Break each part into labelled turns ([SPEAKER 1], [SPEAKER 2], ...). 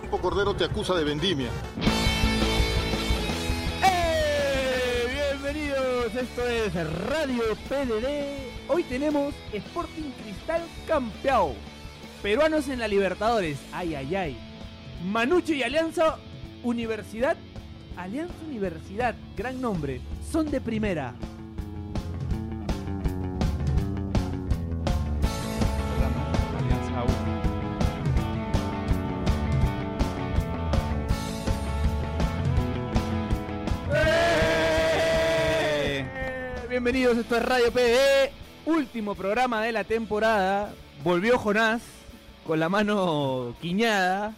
[SPEAKER 1] Campo Cordero te acusa de vendimia.
[SPEAKER 2] ¡Eh! Bienvenidos, esto es Radio PDD. Hoy tenemos Sporting Cristal Campeao. Peruanos en la Libertadores, ay, ay, ay. Manucho y Alianza Universidad. Alianza Universidad, gran nombre. Son de primera. Eh, Bienvenidos, esto es Radio PDD. Último programa de la temporada. Volvió Jonás con la mano quiñada.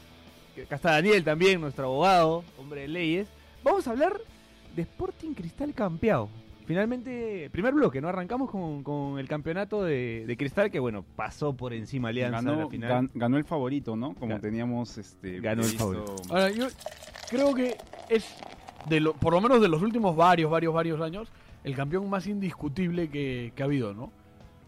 [SPEAKER 2] Acá está Daniel también, nuestro abogado, hombre de leyes. Vamos a hablar de Sporting Cristal Campeado. Finalmente, primer bloque, ¿no? Arrancamos con, con el campeonato de, de Cristal, que bueno, pasó por encima Alianza en la
[SPEAKER 3] ganó,
[SPEAKER 2] final.
[SPEAKER 3] gan- ganó el favorito, ¿no? Como
[SPEAKER 2] Gan-
[SPEAKER 3] teníamos este
[SPEAKER 2] ganó el
[SPEAKER 3] previsto.
[SPEAKER 2] favorito.
[SPEAKER 4] Ahora, yo creo que es, de lo, por lo menos de los últimos varios, varios, varios años, el campeón más indiscutible que, que ha habido, ¿no?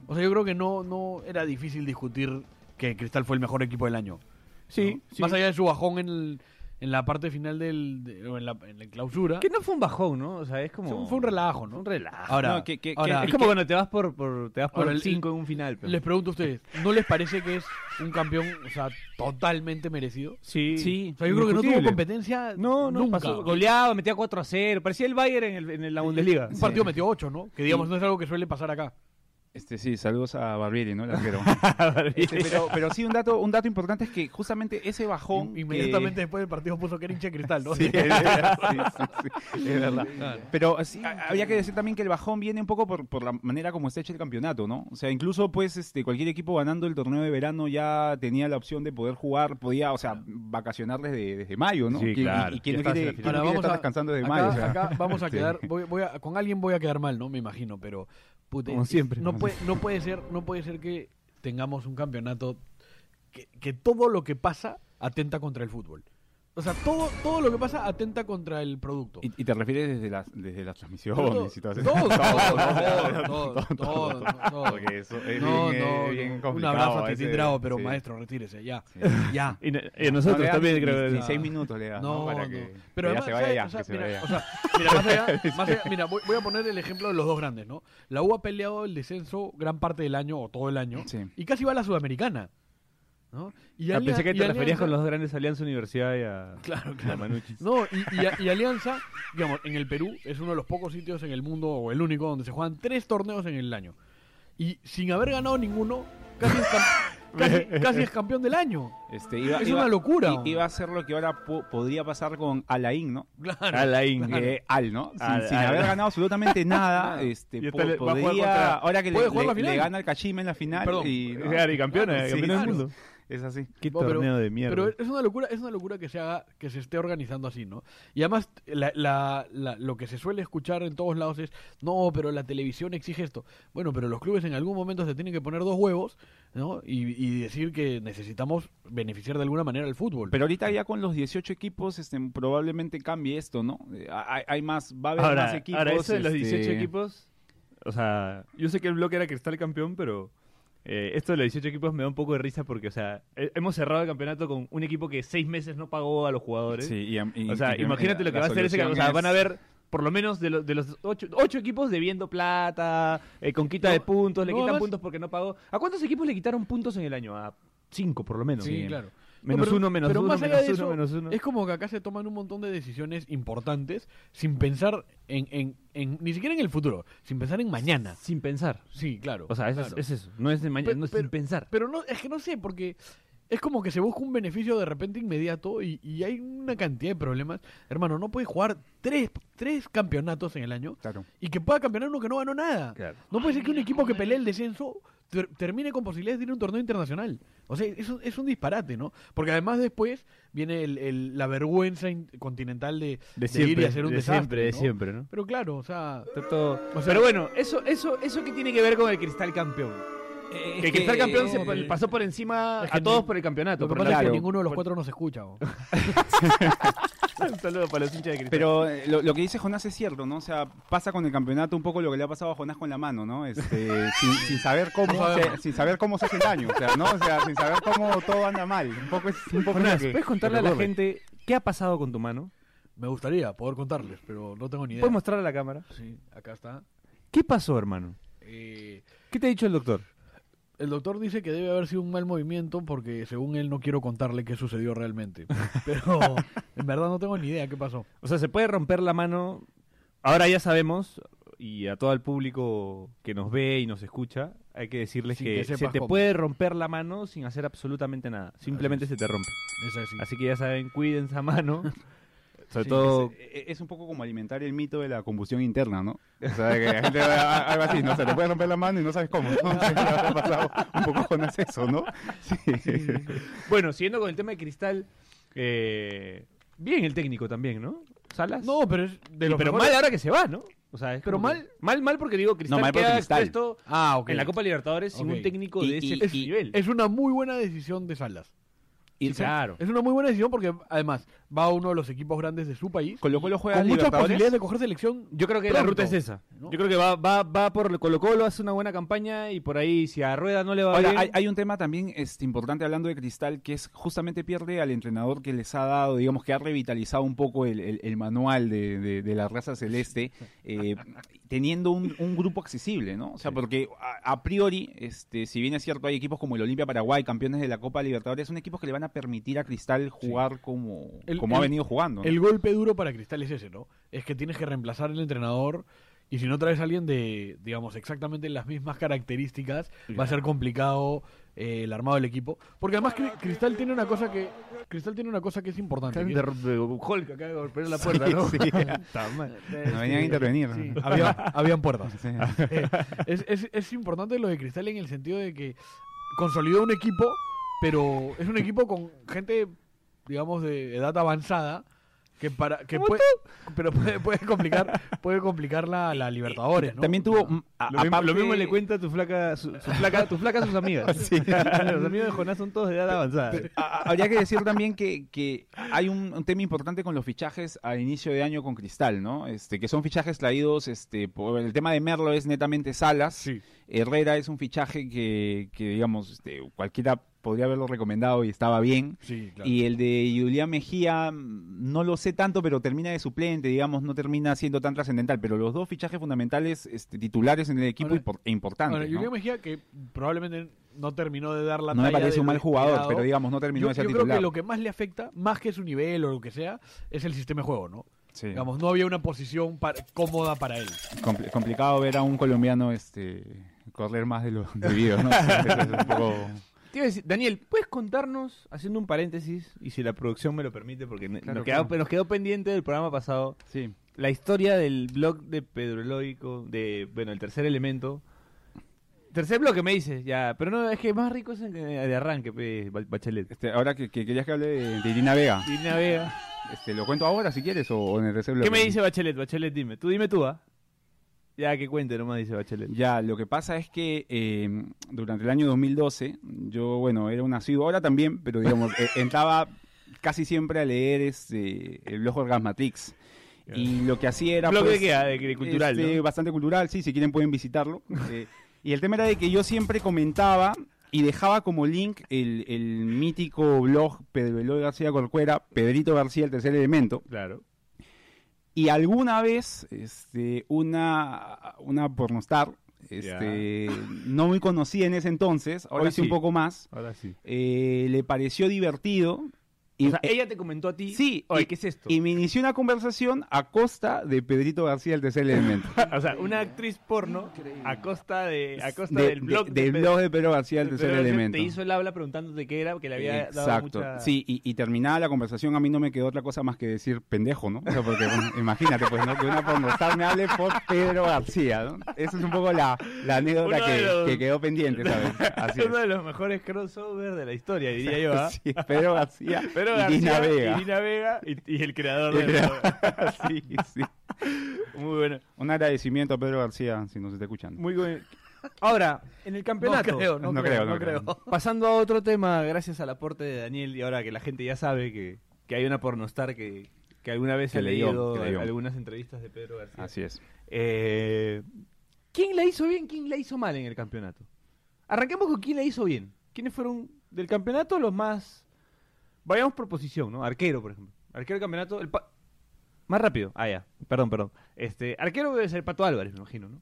[SPEAKER 4] O sea, yo creo que no, no era difícil discutir que Cristal fue el mejor equipo del año.
[SPEAKER 2] Sí,
[SPEAKER 4] ¿no?
[SPEAKER 2] sí.
[SPEAKER 4] Más allá de su bajón en, el- en la parte final del, de- o en, la, en la clausura,
[SPEAKER 2] Que no fue un bajón, ¿no? O sea, es como.
[SPEAKER 4] fue un relajo,
[SPEAKER 2] un
[SPEAKER 4] ¿no?
[SPEAKER 2] relajo.
[SPEAKER 4] Ahora,
[SPEAKER 3] No, que- que-
[SPEAKER 4] ahora,
[SPEAKER 2] es como cuando te vas por, por te vas por
[SPEAKER 4] Ahora, el-
[SPEAKER 2] 5 en un final. pero-
[SPEAKER 4] les pregunto a ustedes, ¿no les parece que es un campeón, o sea, totalmente merecido?
[SPEAKER 2] Sí.
[SPEAKER 4] O sea, yo creo que no tuvo
[SPEAKER 3] Indiscutible.
[SPEAKER 4] competencia
[SPEAKER 2] No, no,
[SPEAKER 4] nunca.
[SPEAKER 2] pasó. Goleaba, metía 4 a 0. Parecía el Bayern en, el- en la Bundesliga.
[SPEAKER 4] Un partido metió 8, ¿no? Que digamos, no es algo que suele pasar acá.
[SPEAKER 3] Este, sí, saludos a Barbieri, ¿no? El arquero. Este,
[SPEAKER 2] Barbieri.
[SPEAKER 3] pero, pero sí, un dato, un dato importante es que justamente ese bajón. que-
[SPEAKER 4] Inmediatamente después del partido puso que era hincha de cristal, ¿no?
[SPEAKER 3] Sí, es verdad, sí, sí, sí, es verdad.
[SPEAKER 2] Ah,
[SPEAKER 3] Pero sí, ha- había que decir también que el bajón viene un poco por, por la manera como está hecho el campeonato, ¿no? O sea, incluso pues este cualquier equipo ganando el torneo de verano ya tenía la opción de poder jugar, podía, o sea, vacacionar desde, desde mayo, ¿no?
[SPEAKER 2] Ah. Sí,
[SPEAKER 3] ¿Quién- y-
[SPEAKER 2] claro.
[SPEAKER 3] Y, quién no
[SPEAKER 2] Ya estás
[SPEAKER 3] quiere,
[SPEAKER 2] en la
[SPEAKER 3] quién no quiere estar descansando desde
[SPEAKER 4] acá-
[SPEAKER 3] mayo. O sea.
[SPEAKER 4] acá vamos a
[SPEAKER 3] Sí.
[SPEAKER 4] quedar, voy, voy a- con alguien voy a quedar mal, ¿no? Me imagino, pero puta,
[SPEAKER 2] Como
[SPEAKER 4] es-
[SPEAKER 2] siempre.
[SPEAKER 4] No puede, no puede ser, no puede ser que tengamos un campeonato que, que todo lo que pasa atenta contra el fútbol. O sea, todo, todo lo que pasa atenta contra el producto.
[SPEAKER 3] Y, y te refieres desde las, desde las
[SPEAKER 4] Pero todo-
[SPEAKER 3] transmisiones y todo eso.
[SPEAKER 4] todo,
[SPEAKER 3] todo,
[SPEAKER 4] todo, todo,
[SPEAKER 3] todo,
[SPEAKER 4] todo, todo.
[SPEAKER 3] Porque eso es
[SPEAKER 4] No,
[SPEAKER 3] bien, eh,
[SPEAKER 4] no,
[SPEAKER 3] bien
[SPEAKER 4] no. un
[SPEAKER 3] complicado.
[SPEAKER 4] abrazo a
[SPEAKER 3] ese-
[SPEAKER 4] Titín Drago, pero
[SPEAKER 3] sí.
[SPEAKER 4] maestro, retírese, ya.
[SPEAKER 3] Sí.
[SPEAKER 4] Ya.
[SPEAKER 2] Y, no- y a nosotros también creo Ah, que.
[SPEAKER 3] 16 minutos le das, ¿no?
[SPEAKER 4] No,
[SPEAKER 3] Para
[SPEAKER 4] no.
[SPEAKER 3] que
[SPEAKER 4] Pero
[SPEAKER 3] que ya
[SPEAKER 4] además,
[SPEAKER 3] se vaya
[SPEAKER 4] ¿sabes?
[SPEAKER 3] ya,
[SPEAKER 4] O sea,
[SPEAKER 3] que se
[SPEAKER 4] mira,
[SPEAKER 3] vaya
[SPEAKER 4] o
[SPEAKER 3] ya.
[SPEAKER 4] sea, mira, más allá- más allá- mira, voy, voy a poner el ejemplo de los dos grandes, ¿no? La U ha peleado el descenso gran parte del año o todo el año
[SPEAKER 3] Sí.
[SPEAKER 4] y casi va a la Sudamericana, ¿no? Y
[SPEAKER 2] Ah,
[SPEAKER 4] Alia-
[SPEAKER 2] pensé que
[SPEAKER 4] y
[SPEAKER 2] te referías
[SPEAKER 4] Alianza-
[SPEAKER 2] con los grandes Alianza Universidad y a,
[SPEAKER 4] Claro,
[SPEAKER 2] a
[SPEAKER 4] claro.
[SPEAKER 2] Manucci.
[SPEAKER 4] No, y, y a- y Alianza, digamos, en el Perú es uno de los pocos sitios en el mundo o el único donde se juegan tres torneos en el año. Y sin haber ganado ninguno, casi es, cam- casi- casi es campeón del año.
[SPEAKER 3] Este, iba-
[SPEAKER 4] Es
[SPEAKER 3] iba-
[SPEAKER 4] una locura,
[SPEAKER 3] i-
[SPEAKER 4] hombre.
[SPEAKER 3] Iba a ser lo que ahora po- podría pasar con Alain, ¿no?
[SPEAKER 4] Claro.
[SPEAKER 2] Alain.
[SPEAKER 3] Eh, Al, ¿no? Sin,
[SPEAKER 2] Al-
[SPEAKER 3] sin
[SPEAKER 2] Al.
[SPEAKER 3] haber ganado absolutamente nada,
[SPEAKER 2] Y
[SPEAKER 3] este,
[SPEAKER 2] está
[SPEAKER 3] po-
[SPEAKER 2] le- va a jugar
[SPEAKER 3] podría.
[SPEAKER 2] contra-
[SPEAKER 3] Ahora que le,
[SPEAKER 4] puede jugar la
[SPEAKER 3] le-
[SPEAKER 4] final.
[SPEAKER 3] le gana el Cachime en la final
[SPEAKER 4] Perdón.
[SPEAKER 3] y. ¿no?
[SPEAKER 2] Claro, y campeona,
[SPEAKER 3] Sí,
[SPEAKER 2] campeona
[SPEAKER 4] claro.
[SPEAKER 2] del mundo.
[SPEAKER 3] Es así.
[SPEAKER 2] Qué
[SPEAKER 4] No, pero-
[SPEAKER 2] torneo de mierda.
[SPEAKER 4] Pero es una locura, es una locura que se haga, que se esté organizando así, ¿no? Y además la- la- la- lo que se suele escuchar en todos lados es, no, pero la televisión exige esto. Bueno, pero los clubes en algún momento se tienen que poner dos huevos, ¿no? Y, y decir que necesitamos beneficiar de alguna manera al fútbol.
[SPEAKER 3] Pero ahorita ya con los 18 equipos este, probablemente cambie esto, ¿no? Eh, Hay, hay más, va a haber
[SPEAKER 2] ahora,
[SPEAKER 3] más equipos.
[SPEAKER 2] ahora, eso de eh, los 18
[SPEAKER 3] este,
[SPEAKER 2] equipos. O sea, yo sé que el bloque era Cristal campeón, pero. eh, esto de los 18 equipos me da un poco de risa porque, o sea, eh, hemos cerrado el campeonato con un equipo que seis meses no pagó a los jugadores.
[SPEAKER 3] Sí, y, y-
[SPEAKER 2] O sea,
[SPEAKER 3] y-
[SPEAKER 2] imagínate lo que
[SPEAKER 3] la
[SPEAKER 2] va a hacer ese O
[SPEAKER 3] solución
[SPEAKER 2] sea,
[SPEAKER 3] es-
[SPEAKER 2] van a ver por lo menos de, los de los ocho, ocho equipos debiendo plata, eh, con quita de
[SPEAKER 4] No,
[SPEAKER 2] puntos, le
[SPEAKER 4] no,
[SPEAKER 2] quitan
[SPEAKER 4] además-
[SPEAKER 2] puntos porque no pagó. ¿A cuántos equipos le quitaron puntos en el año? A cinco, por lo menos.
[SPEAKER 4] sí, claro.
[SPEAKER 2] Menos
[SPEAKER 4] No, pero-
[SPEAKER 2] uno, menos
[SPEAKER 4] pero
[SPEAKER 2] uno,
[SPEAKER 4] más allá
[SPEAKER 2] menos
[SPEAKER 4] de
[SPEAKER 2] uno,
[SPEAKER 4] eso,
[SPEAKER 2] menos uno.
[SPEAKER 4] Es como que acá se toman un montón de decisiones importantes sin pensar en, en- en- ni siquiera en el futuro, sin pensar en mañana.
[SPEAKER 2] Sin pensar.
[SPEAKER 4] Sí, claro.
[SPEAKER 2] O sea, es,
[SPEAKER 4] claro.
[SPEAKER 2] es eso. No es de mañana,
[SPEAKER 4] Pe-
[SPEAKER 2] no es sin
[SPEAKER 4] pero-
[SPEAKER 2] pensar.
[SPEAKER 4] Pero no, es que no sé, porque es como que se busca un beneficio de repente inmediato y, y hay una cantidad de problemas. Hermano, no puedes jugar tres, tres campeonatos en el año
[SPEAKER 3] Claro.
[SPEAKER 4] y que pueda campeonar uno que no ganó nada.
[SPEAKER 2] Claro.
[SPEAKER 4] No puede ser que un equipo que pelee el descenso ter- termine con posibilidades de ir a un torneo internacional. O sea, es un, es un disparate, ¿no? Porque además después viene el- el- la vergüenza in- continental de, de ir y hacer un
[SPEAKER 2] de
[SPEAKER 4] desastre.
[SPEAKER 2] siempre, de
[SPEAKER 4] ¿no?
[SPEAKER 2] siempre, ¿no?
[SPEAKER 4] Pero claro, o sea...
[SPEAKER 2] Está todo-
[SPEAKER 4] O sea-
[SPEAKER 2] pero bueno, eso, eso, eso que tiene que ver con el cristal campeón.
[SPEAKER 5] Que el que está el campeón se
[SPEAKER 2] eh,
[SPEAKER 5] pa- pasó por encima
[SPEAKER 4] Es que
[SPEAKER 5] a todos
[SPEAKER 4] ni-
[SPEAKER 5] por el campeonato.
[SPEAKER 4] Lo que
[SPEAKER 5] por
[SPEAKER 4] pasa es que
[SPEAKER 5] la-
[SPEAKER 4] ninguno de los cuatro nos escucha. bo.
[SPEAKER 5] Un saludo para los hinchas de Cristal.
[SPEAKER 3] Pero eh, lo, lo que dice Jonás es cierto, ¿no? O sea, pasa con el campeonato un poco lo que le ha pasado a Jonás con la mano, ¿no? Este, sin, sin saber cómo, se, sin saber cómo se hace el daño, o sea, ¿no? O sea, sin saber cómo todo anda mal. Un poco es un poco lo
[SPEAKER 2] Jonás,
[SPEAKER 3] que-
[SPEAKER 2] ¿puedes contarle a
[SPEAKER 3] lo que
[SPEAKER 2] la
[SPEAKER 3] ocurre.
[SPEAKER 2] gente qué ha pasado con tu mano?
[SPEAKER 4] Me gustaría poder contarles, pero no tengo ni idea.
[SPEAKER 2] ¿Puedes mostrar a la cámara?
[SPEAKER 4] Sí, acá está.
[SPEAKER 2] ¿Qué pasó, hermano?
[SPEAKER 4] Eh,
[SPEAKER 2] ¿Qué te ha dicho el doctor?
[SPEAKER 4] el doctor dice que debe haber sido un mal movimiento porque según él no quiero contarle qué sucedió realmente. Pero en verdad no tengo ni idea qué pasó.
[SPEAKER 2] O sea, ¿se puede romper la mano? Ahora ya sabemos, y a todo el público que nos ve y nos escucha, hay que decirles
[SPEAKER 4] Sin
[SPEAKER 2] que,
[SPEAKER 4] que
[SPEAKER 2] se
[SPEAKER 4] sepas
[SPEAKER 2] te
[SPEAKER 4] cómo.
[SPEAKER 2] puede romper la mano sin hacer absolutamente nada. Simplemente
[SPEAKER 4] Así
[SPEAKER 2] se te rompe.
[SPEAKER 4] Es así.
[SPEAKER 2] Así que ya saben, cuiden esa mano. Sobre
[SPEAKER 4] Sí,
[SPEAKER 2] todo,
[SPEAKER 3] Es, eh, es- es un poco como alimentar el mito de la combustión interna, ¿no? O sea, que la gente, a- algo así, ¿no? Se le puede romper la mano y no sabes cómo. ¿no? O sea, le habrá pasado un poco con eso, ¿no? Sí.
[SPEAKER 2] bueno, siguiendo con el tema de Cristal, eh, bien el técnico también, ¿no? Salas.
[SPEAKER 4] No, pero es de
[SPEAKER 2] Y
[SPEAKER 4] los
[SPEAKER 2] pero
[SPEAKER 4] mejores-
[SPEAKER 2] mal ahora que se va, ¿no? O sea, es
[SPEAKER 4] Pero
[SPEAKER 2] como que-
[SPEAKER 4] mal-
[SPEAKER 2] mal, mal porque digo Cristal
[SPEAKER 3] mal porque
[SPEAKER 2] queda
[SPEAKER 3] Cristal.
[SPEAKER 2] expuesto
[SPEAKER 4] Ah, ok.
[SPEAKER 2] en la Copa Libertadores sin
[SPEAKER 4] Ok.
[SPEAKER 2] un técnico
[SPEAKER 6] Y-
[SPEAKER 2] de ese
[SPEAKER 6] y- y-
[SPEAKER 2] nivel.
[SPEAKER 4] Es una muy buena decisión de Salas.
[SPEAKER 2] Sí, claro.
[SPEAKER 4] Es una muy buena decisión porque además va a uno de los equipos grandes de su país.
[SPEAKER 3] Colo Colo juega
[SPEAKER 4] Con muchas
[SPEAKER 3] Libertadores.
[SPEAKER 4] posibilidades de coger selección.
[SPEAKER 2] Yo creo que la
[SPEAKER 4] Pronto.
[SPEAKER 2] ruta es esa.
[SPEAKER 4] ¿No?
[SPEAKER 2] Yo creo que va, va, va por Colo Colo, hace una buena campaña y por ahí si a Rueda no le va
[SPEAKER 3] Ahora,
[SPEAKER 2] bien...
[SPEAKER 3] hay, hay un tema también este, importante hablando de Cristal, que es justamente pierde al entrenador que les ha dado, digamos, que ha revitalizado un poco el, el- el manual de, de- de la raza celeste, eh, teniendo un, un grupo accesible, ¿no? O sea, porque a, a priori, este, si bien es cierto, hay equipos como el Olimpia Paraguay, campeones de la Copa Libertadores, son equipos que le van a permitir a Cristal jugar como,
[SPEAKER 4] El-
[SPEAKER 3] como ha
[SPEAKER 4] el-
[SPEAKER 3] venido jugando. ¿no?
[SPEAKER 4] El golpe duro para Cristal es ese, ¿no? Es que tienes que reemplazar al entrenador y si no traes a alguien de, digamos, exactamente las mismas características, va a ser complicado eh, el armado del equipo. Porque además Cri- Cristal tiene una cosa que Cristal tiene una cosa que es importante. que es-
[SPEAKER 5] Hulk acá de golpear la puerta, ¿no? Está mal.
[SPEAKER 3] No venían a intervenir.
[SPEAKER 4] Sí, había- habían puertas. Eh, es, es- es importante lo de Cristal en el sentido de que consolidó un equipo, pero es un equipo con gente, digamos, de edad avanzada. Que para que puede, pero puede, puede complicar puede complicar la, la Libertadores ¿no?
[SPEAKER 3] También tuvo... mm,
[SPEAKER 2] Lo
[SPEAKER 3] a-
[SPEAKER 2] mismo, lo
[SPEAKER 3] aparte-
[SPEAKER 2] mismo le cuenta tu flaca, su, su flaca, tu flaca a sus amigas. Los amigos de Jonás son todos de edad avanzada.
[SPEAKER 3] A- a- Habría que decir también que, que hay un, un tema importante con los fichajes a inicio de año con Cristal, ¿no? Este, que son fichajes traídos, este, por el tema de Merlo es netamente Salas,
[SPEAKER 4] Sí.
[SPEAKER 3] Herrera es un fichaje que, que, digamos, este, cualquiera podría haberlo recomendado y estaba bien.
[SPEAKER 4] sí claro.
[SPEAKER 3] Y el de Julián Mejía, mm, no lo sé tanto, pero termina de suplente, digamos, no termina siendo tan trascendental. Pero los dos fichajes fundamentales, este, titulares en el equipo
[SPEAKER 4] Ahora-
[SPEAKER 3] impor- e importantes.
[SPEAKER 4] Ahora,
[SPEAKER 3] ¿no?
[SPEAKER 4] Julián Mejía que probablemente no terminó de dar la
[SPEAKER 3] No me
[SPEAKER 4] talla
[SPEAKER 3] parece
[SPEAKER 4] de
[SPEAKER 3] un mal
[SPEAKER 4] lo
[SPEAKER 3] jugador,
[SPEAKER 4] esperado.
[SPEAKER 3] pero digamos, no terminó
[SPEAKER 4] yo,
[SPEAKER 3] de ser
[SPEAKER 4] yo creo
[SPEAKER 3] titular.
[SPEAKER 4] que lo que más le afecta más que su nivel o lo que sea es el sistema de juego no
[SPEAKER 3] Sí.
[SPEAKER 4] digamos no había una posición para- cómoda para él
[SPEAKER 3] Compl- complicado ver a un colombiano este correr más de lo debido, ¿no? Es un poco-
[SPEAKER 5] Te iba a decir, Daniel,
[SPEAKER 2] ¿Puedes contarnos, haciendo un paréntesis, y si la producción me lo permite, porque ne-
[SPEAKER 3] Claro,
[SPEAKER 2] nos, queda-
[SPEAKER 3] claro.
[SPEAKER 2] nos quedó pendiente del programa pasado,
[SPEAKER 3] Sí.
[SPEAKER 2] la historia del blog de Pedro Eloico, de, bueno, el tercer elemento. Tercer bloque me dices, ya, pero no, es que más rico es el que- de arranque, pe, Ba- Bachelet.
[SPEAKER 3] Este, ahora que, que querías que hable de, de Irina Vega,
[SPEAKER 2] Y navega.
[SPEAKER 3] este, lo cuento ahora si quieres o, o en el tercer
[SPEAKER 2] ¿Qué
[SPEAKER 3] bloque?
[SPEAKER 2] me dice Bachelet? Bachelet, dime. Tú dime tú, ¿ah? Ya, que cuente nomás, dice Bachelet.
[SPEAKER 3] Ya, lo que pasa es que eh, durante el año 2012, yo, bueno, era un nacido ahora también, pero digamos, eh, entraba casi siempre a leer este, el blog Orgasmatrix. Y lo que hacía era.
[SPEAKER 2] ¿Blog de
[SPEAKER 3] pues,
[SPEAKER 2] qué? Ah, de- de cultural,
[SPEAKER 3] este,
[SPEAKER 2] ¿no?
[SPEAKER 3] Bastante cultural, sí, si quieren pueden visitarlo. Eh, y el tema era de que yo siempre comentaba y dejaba como link el, el mítico blog Pedro Eloy García Corcuera, Pedrito García, el tercer elemento.
[SPEAKER 2] Claro.
[SPEAKER 3] Y alguna vez, este, una, una pornostar, este, no muy conocida en ese entonces, ahora
[SPEAKER 2] Ahora
[SPEAKER 3] sí
[SPEAKER 2] sí.
[SPEAKER 3] un poco más,
[SPEAKER 2] Ahora sí.
[SPEAKER 3] eh, le pareció divertido. Y,
[SPEAKER 2] O sea,
[SPEAKER 3] eh,
[SPEAKER 2] ella te comentó a ti.
[SPEAKER 3] sí,
[SPEAKER 2] Oye,
[SPEAKER 3] y-
[SPEAKER 2] ¿qué es esto?
[SPEAKER 3] y me inició una conversación a costa de Pedrito García, el tercer elemento.
[SPEAKER 2] o sea, una actriz porno a costa, de, a costa
[SPEAKER 3] De-
[SPEAKER 2] del blog
[SPEAKER 3] de- del
[SPEAKER 2] Pedro-
[SPEAKER 3] blog de Pedro García, el
[SPEAKER 2] Pero
[SPEAKER 3] tercer
[SPEAKER 2] él
[SPEAKER 3] elemento.
[SPEAKER 2] Te hizo el habla preguntándote qué era, que le había dado
[SPEAKER 3] Exacto.
[SPEAKER 2] mucha...
[SPEAKER 3] Sí, y, y terminada la conversación, a mí no me quedó otra cosa más que decir pendejo, ¿no? O sea, porque bueno, imagínate, pues, ¿no? Que una pornostar me hable por Pedro García, ¿no? Esa es un poco la, la anécdota
[SPEAKER 2] Uno de
[SPEAKER 3] que,
[SPEAKER 2] los-
[SPEAKER 3] que quedó pendiente, ¿sabes? Así es.
[SPEAKER 2] Uno de los mejores crossovers de la historia, diría yo, ¿ah?
[SPEAKER 3] Sí, Pedro García
[SPEAKER 2] Pero
[SPEAKER 3] y
[SPEAKER 2] García,
[SPEAKER 3] Dina Vega.
[SPEAKER 2] Irina Vega y, y el creador del
[SPEAKER 3] El creador.
[SPEAKER 2] programa.
[SPEAKER 3] Sí, sí.
[SPEAKER 2] Muy bueno.
[SPEAKER 3] Un agradecimiento a Pedro García, si nos está escuchando.
[SPEAKER 2] Muy bueno.
[SPEAKER 5] Ahora, en el campeonato.
[SPEAKER 2] No creo, no,
[SPEAKER 3] No
[SPEAKER 2] creo,
[SPEAKER 3] creo, no
[SPEAKER 2] no creo. Pasando a otro tema, gracias al aporte de Daniel y ahora que la gente ya sabe que, que hay una pornostar que, que alguna vez
[SPEAKER 3] Que
[SPEAKER 2] ha
[SPEAKER 3] leyó,
[SPEAKER 2] leído
[SPEAKER 3] que leyó.
[SPEAKER 2] algunas entrevistas de Pedro García.
[SPEAKER 3] Así es.
[SPEAKER 2] Eh, ¿Quién la hizo bien, quién la hizo mal en el campeonato? Arranquemos con quién la hizo bien. ¿Quiénes fueron del campeonato los más... Vayamos por posición, ¿no? Arquero, por ejemplo. Arquero del campeonato... el pa- Más rápido. Ah, ya. Perdón, perdón. Este, arquero debe ser Pato Álvarez, me imagino, ¿no?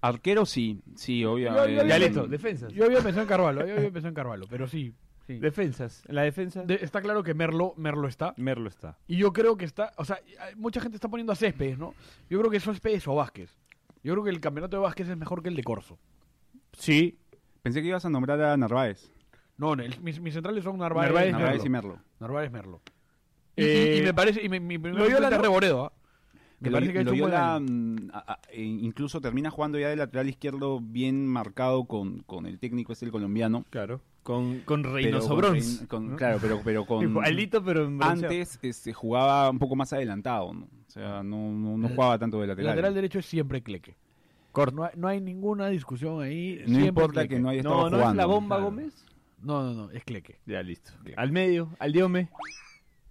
[SPEAKER 3] Arquero sí, sí, Eh,
[SPEAKER 4] Yo- yo-
[SPEAKER 3] obviamente.
[SPEAKER 2] Ya listo, defensas.
[SPEAKER 4] Yo había pensado en Carvalho, yo había pensado en Carvalho, pero sí. sí.
[SPEAKER 2] Defensas. En la defensa...
[SPEAKER 4] De- está claro que Merlo, Merlo está.
[SPEAKER 3] Merlo está.
[SPEAKER 4] Y yo creo que está, o sea, hay- mucha gente está poniendo a Céspedes, ¿no? Yo creo que es Céspedes o Vázquez. Yo creo que el campeonato de Vázquez es mejor que el de Corso.
[SPEAKER 3] Sí. Pensé que ibas a nombrar a Narváez.
[SPEAKER 4] No, no, el- mis, mis centrales son Narváez,
[SPEAKER 2] Narváez,
[SPEAKER 4] Merlo.
[SPEAKER 3] Narváez y Merlo.
[SPEAKER 4] Narváez Merlo. Y,
[SPEAKER 2] Eh,
[SPEAKER 4] y- y me parece, y me- mi primer
[SPEAKER 2] Loyola
[SPEAKER 4] suplente es
[SPEAKER 2] no-
[SPEAKER 4] Reboredo, ¿ah? Me
[SPEAKER 3] Que
[SPEAKER 4] parece que ha hecho un buen
[SPEAKER 3] Loyola,
[SPEAKER 4] año.
[SPEAKER 3] mm, a- a- e incluso termina jugando ya de lateral izquierdo bien marcado con, con el técnico, es el colombiano.
[SPEAKER 2] Claro. Con, con
[SPEAKER 3] Pero
[SPEAKER 2] Reynoso
[SPEAKER 3] con
[SPEAKER 2] Brons.
[SPEAKER 3] Rein- con- Claro, pero, pero con...
[SPEAKER 2] Igualito, pero en bronceado.
[SPEAKER 3] Antes este, jugaba un poco más adelantado, ¿no? O sea, no, no, no jugaba tanto de
[SPEAKER 4] El
[SPEAKER 3] lateral.
[SPEAKER 4] lateral derecho es siempre Cleque. No hay, no hay ninguna discusión ahí.
[SPEAKER 3] No
[SPEAKER 4] siempre
[SPEAKER 3] importa
[SPEAKER 4] Cleque.
[SPEAKER 3] que no haya estado
[SPEAKER 2] No, no
[SPEAKER 3] jugando.
[SPEAKER 2] es la bomba
[SPEAKER 3] Claro.
[SPEAKER 2] Gómez.
[SPEAKER 4] No, no, no, es Cleque.
[SPEAKER 2] Ya, listo. Al medio, al Diome.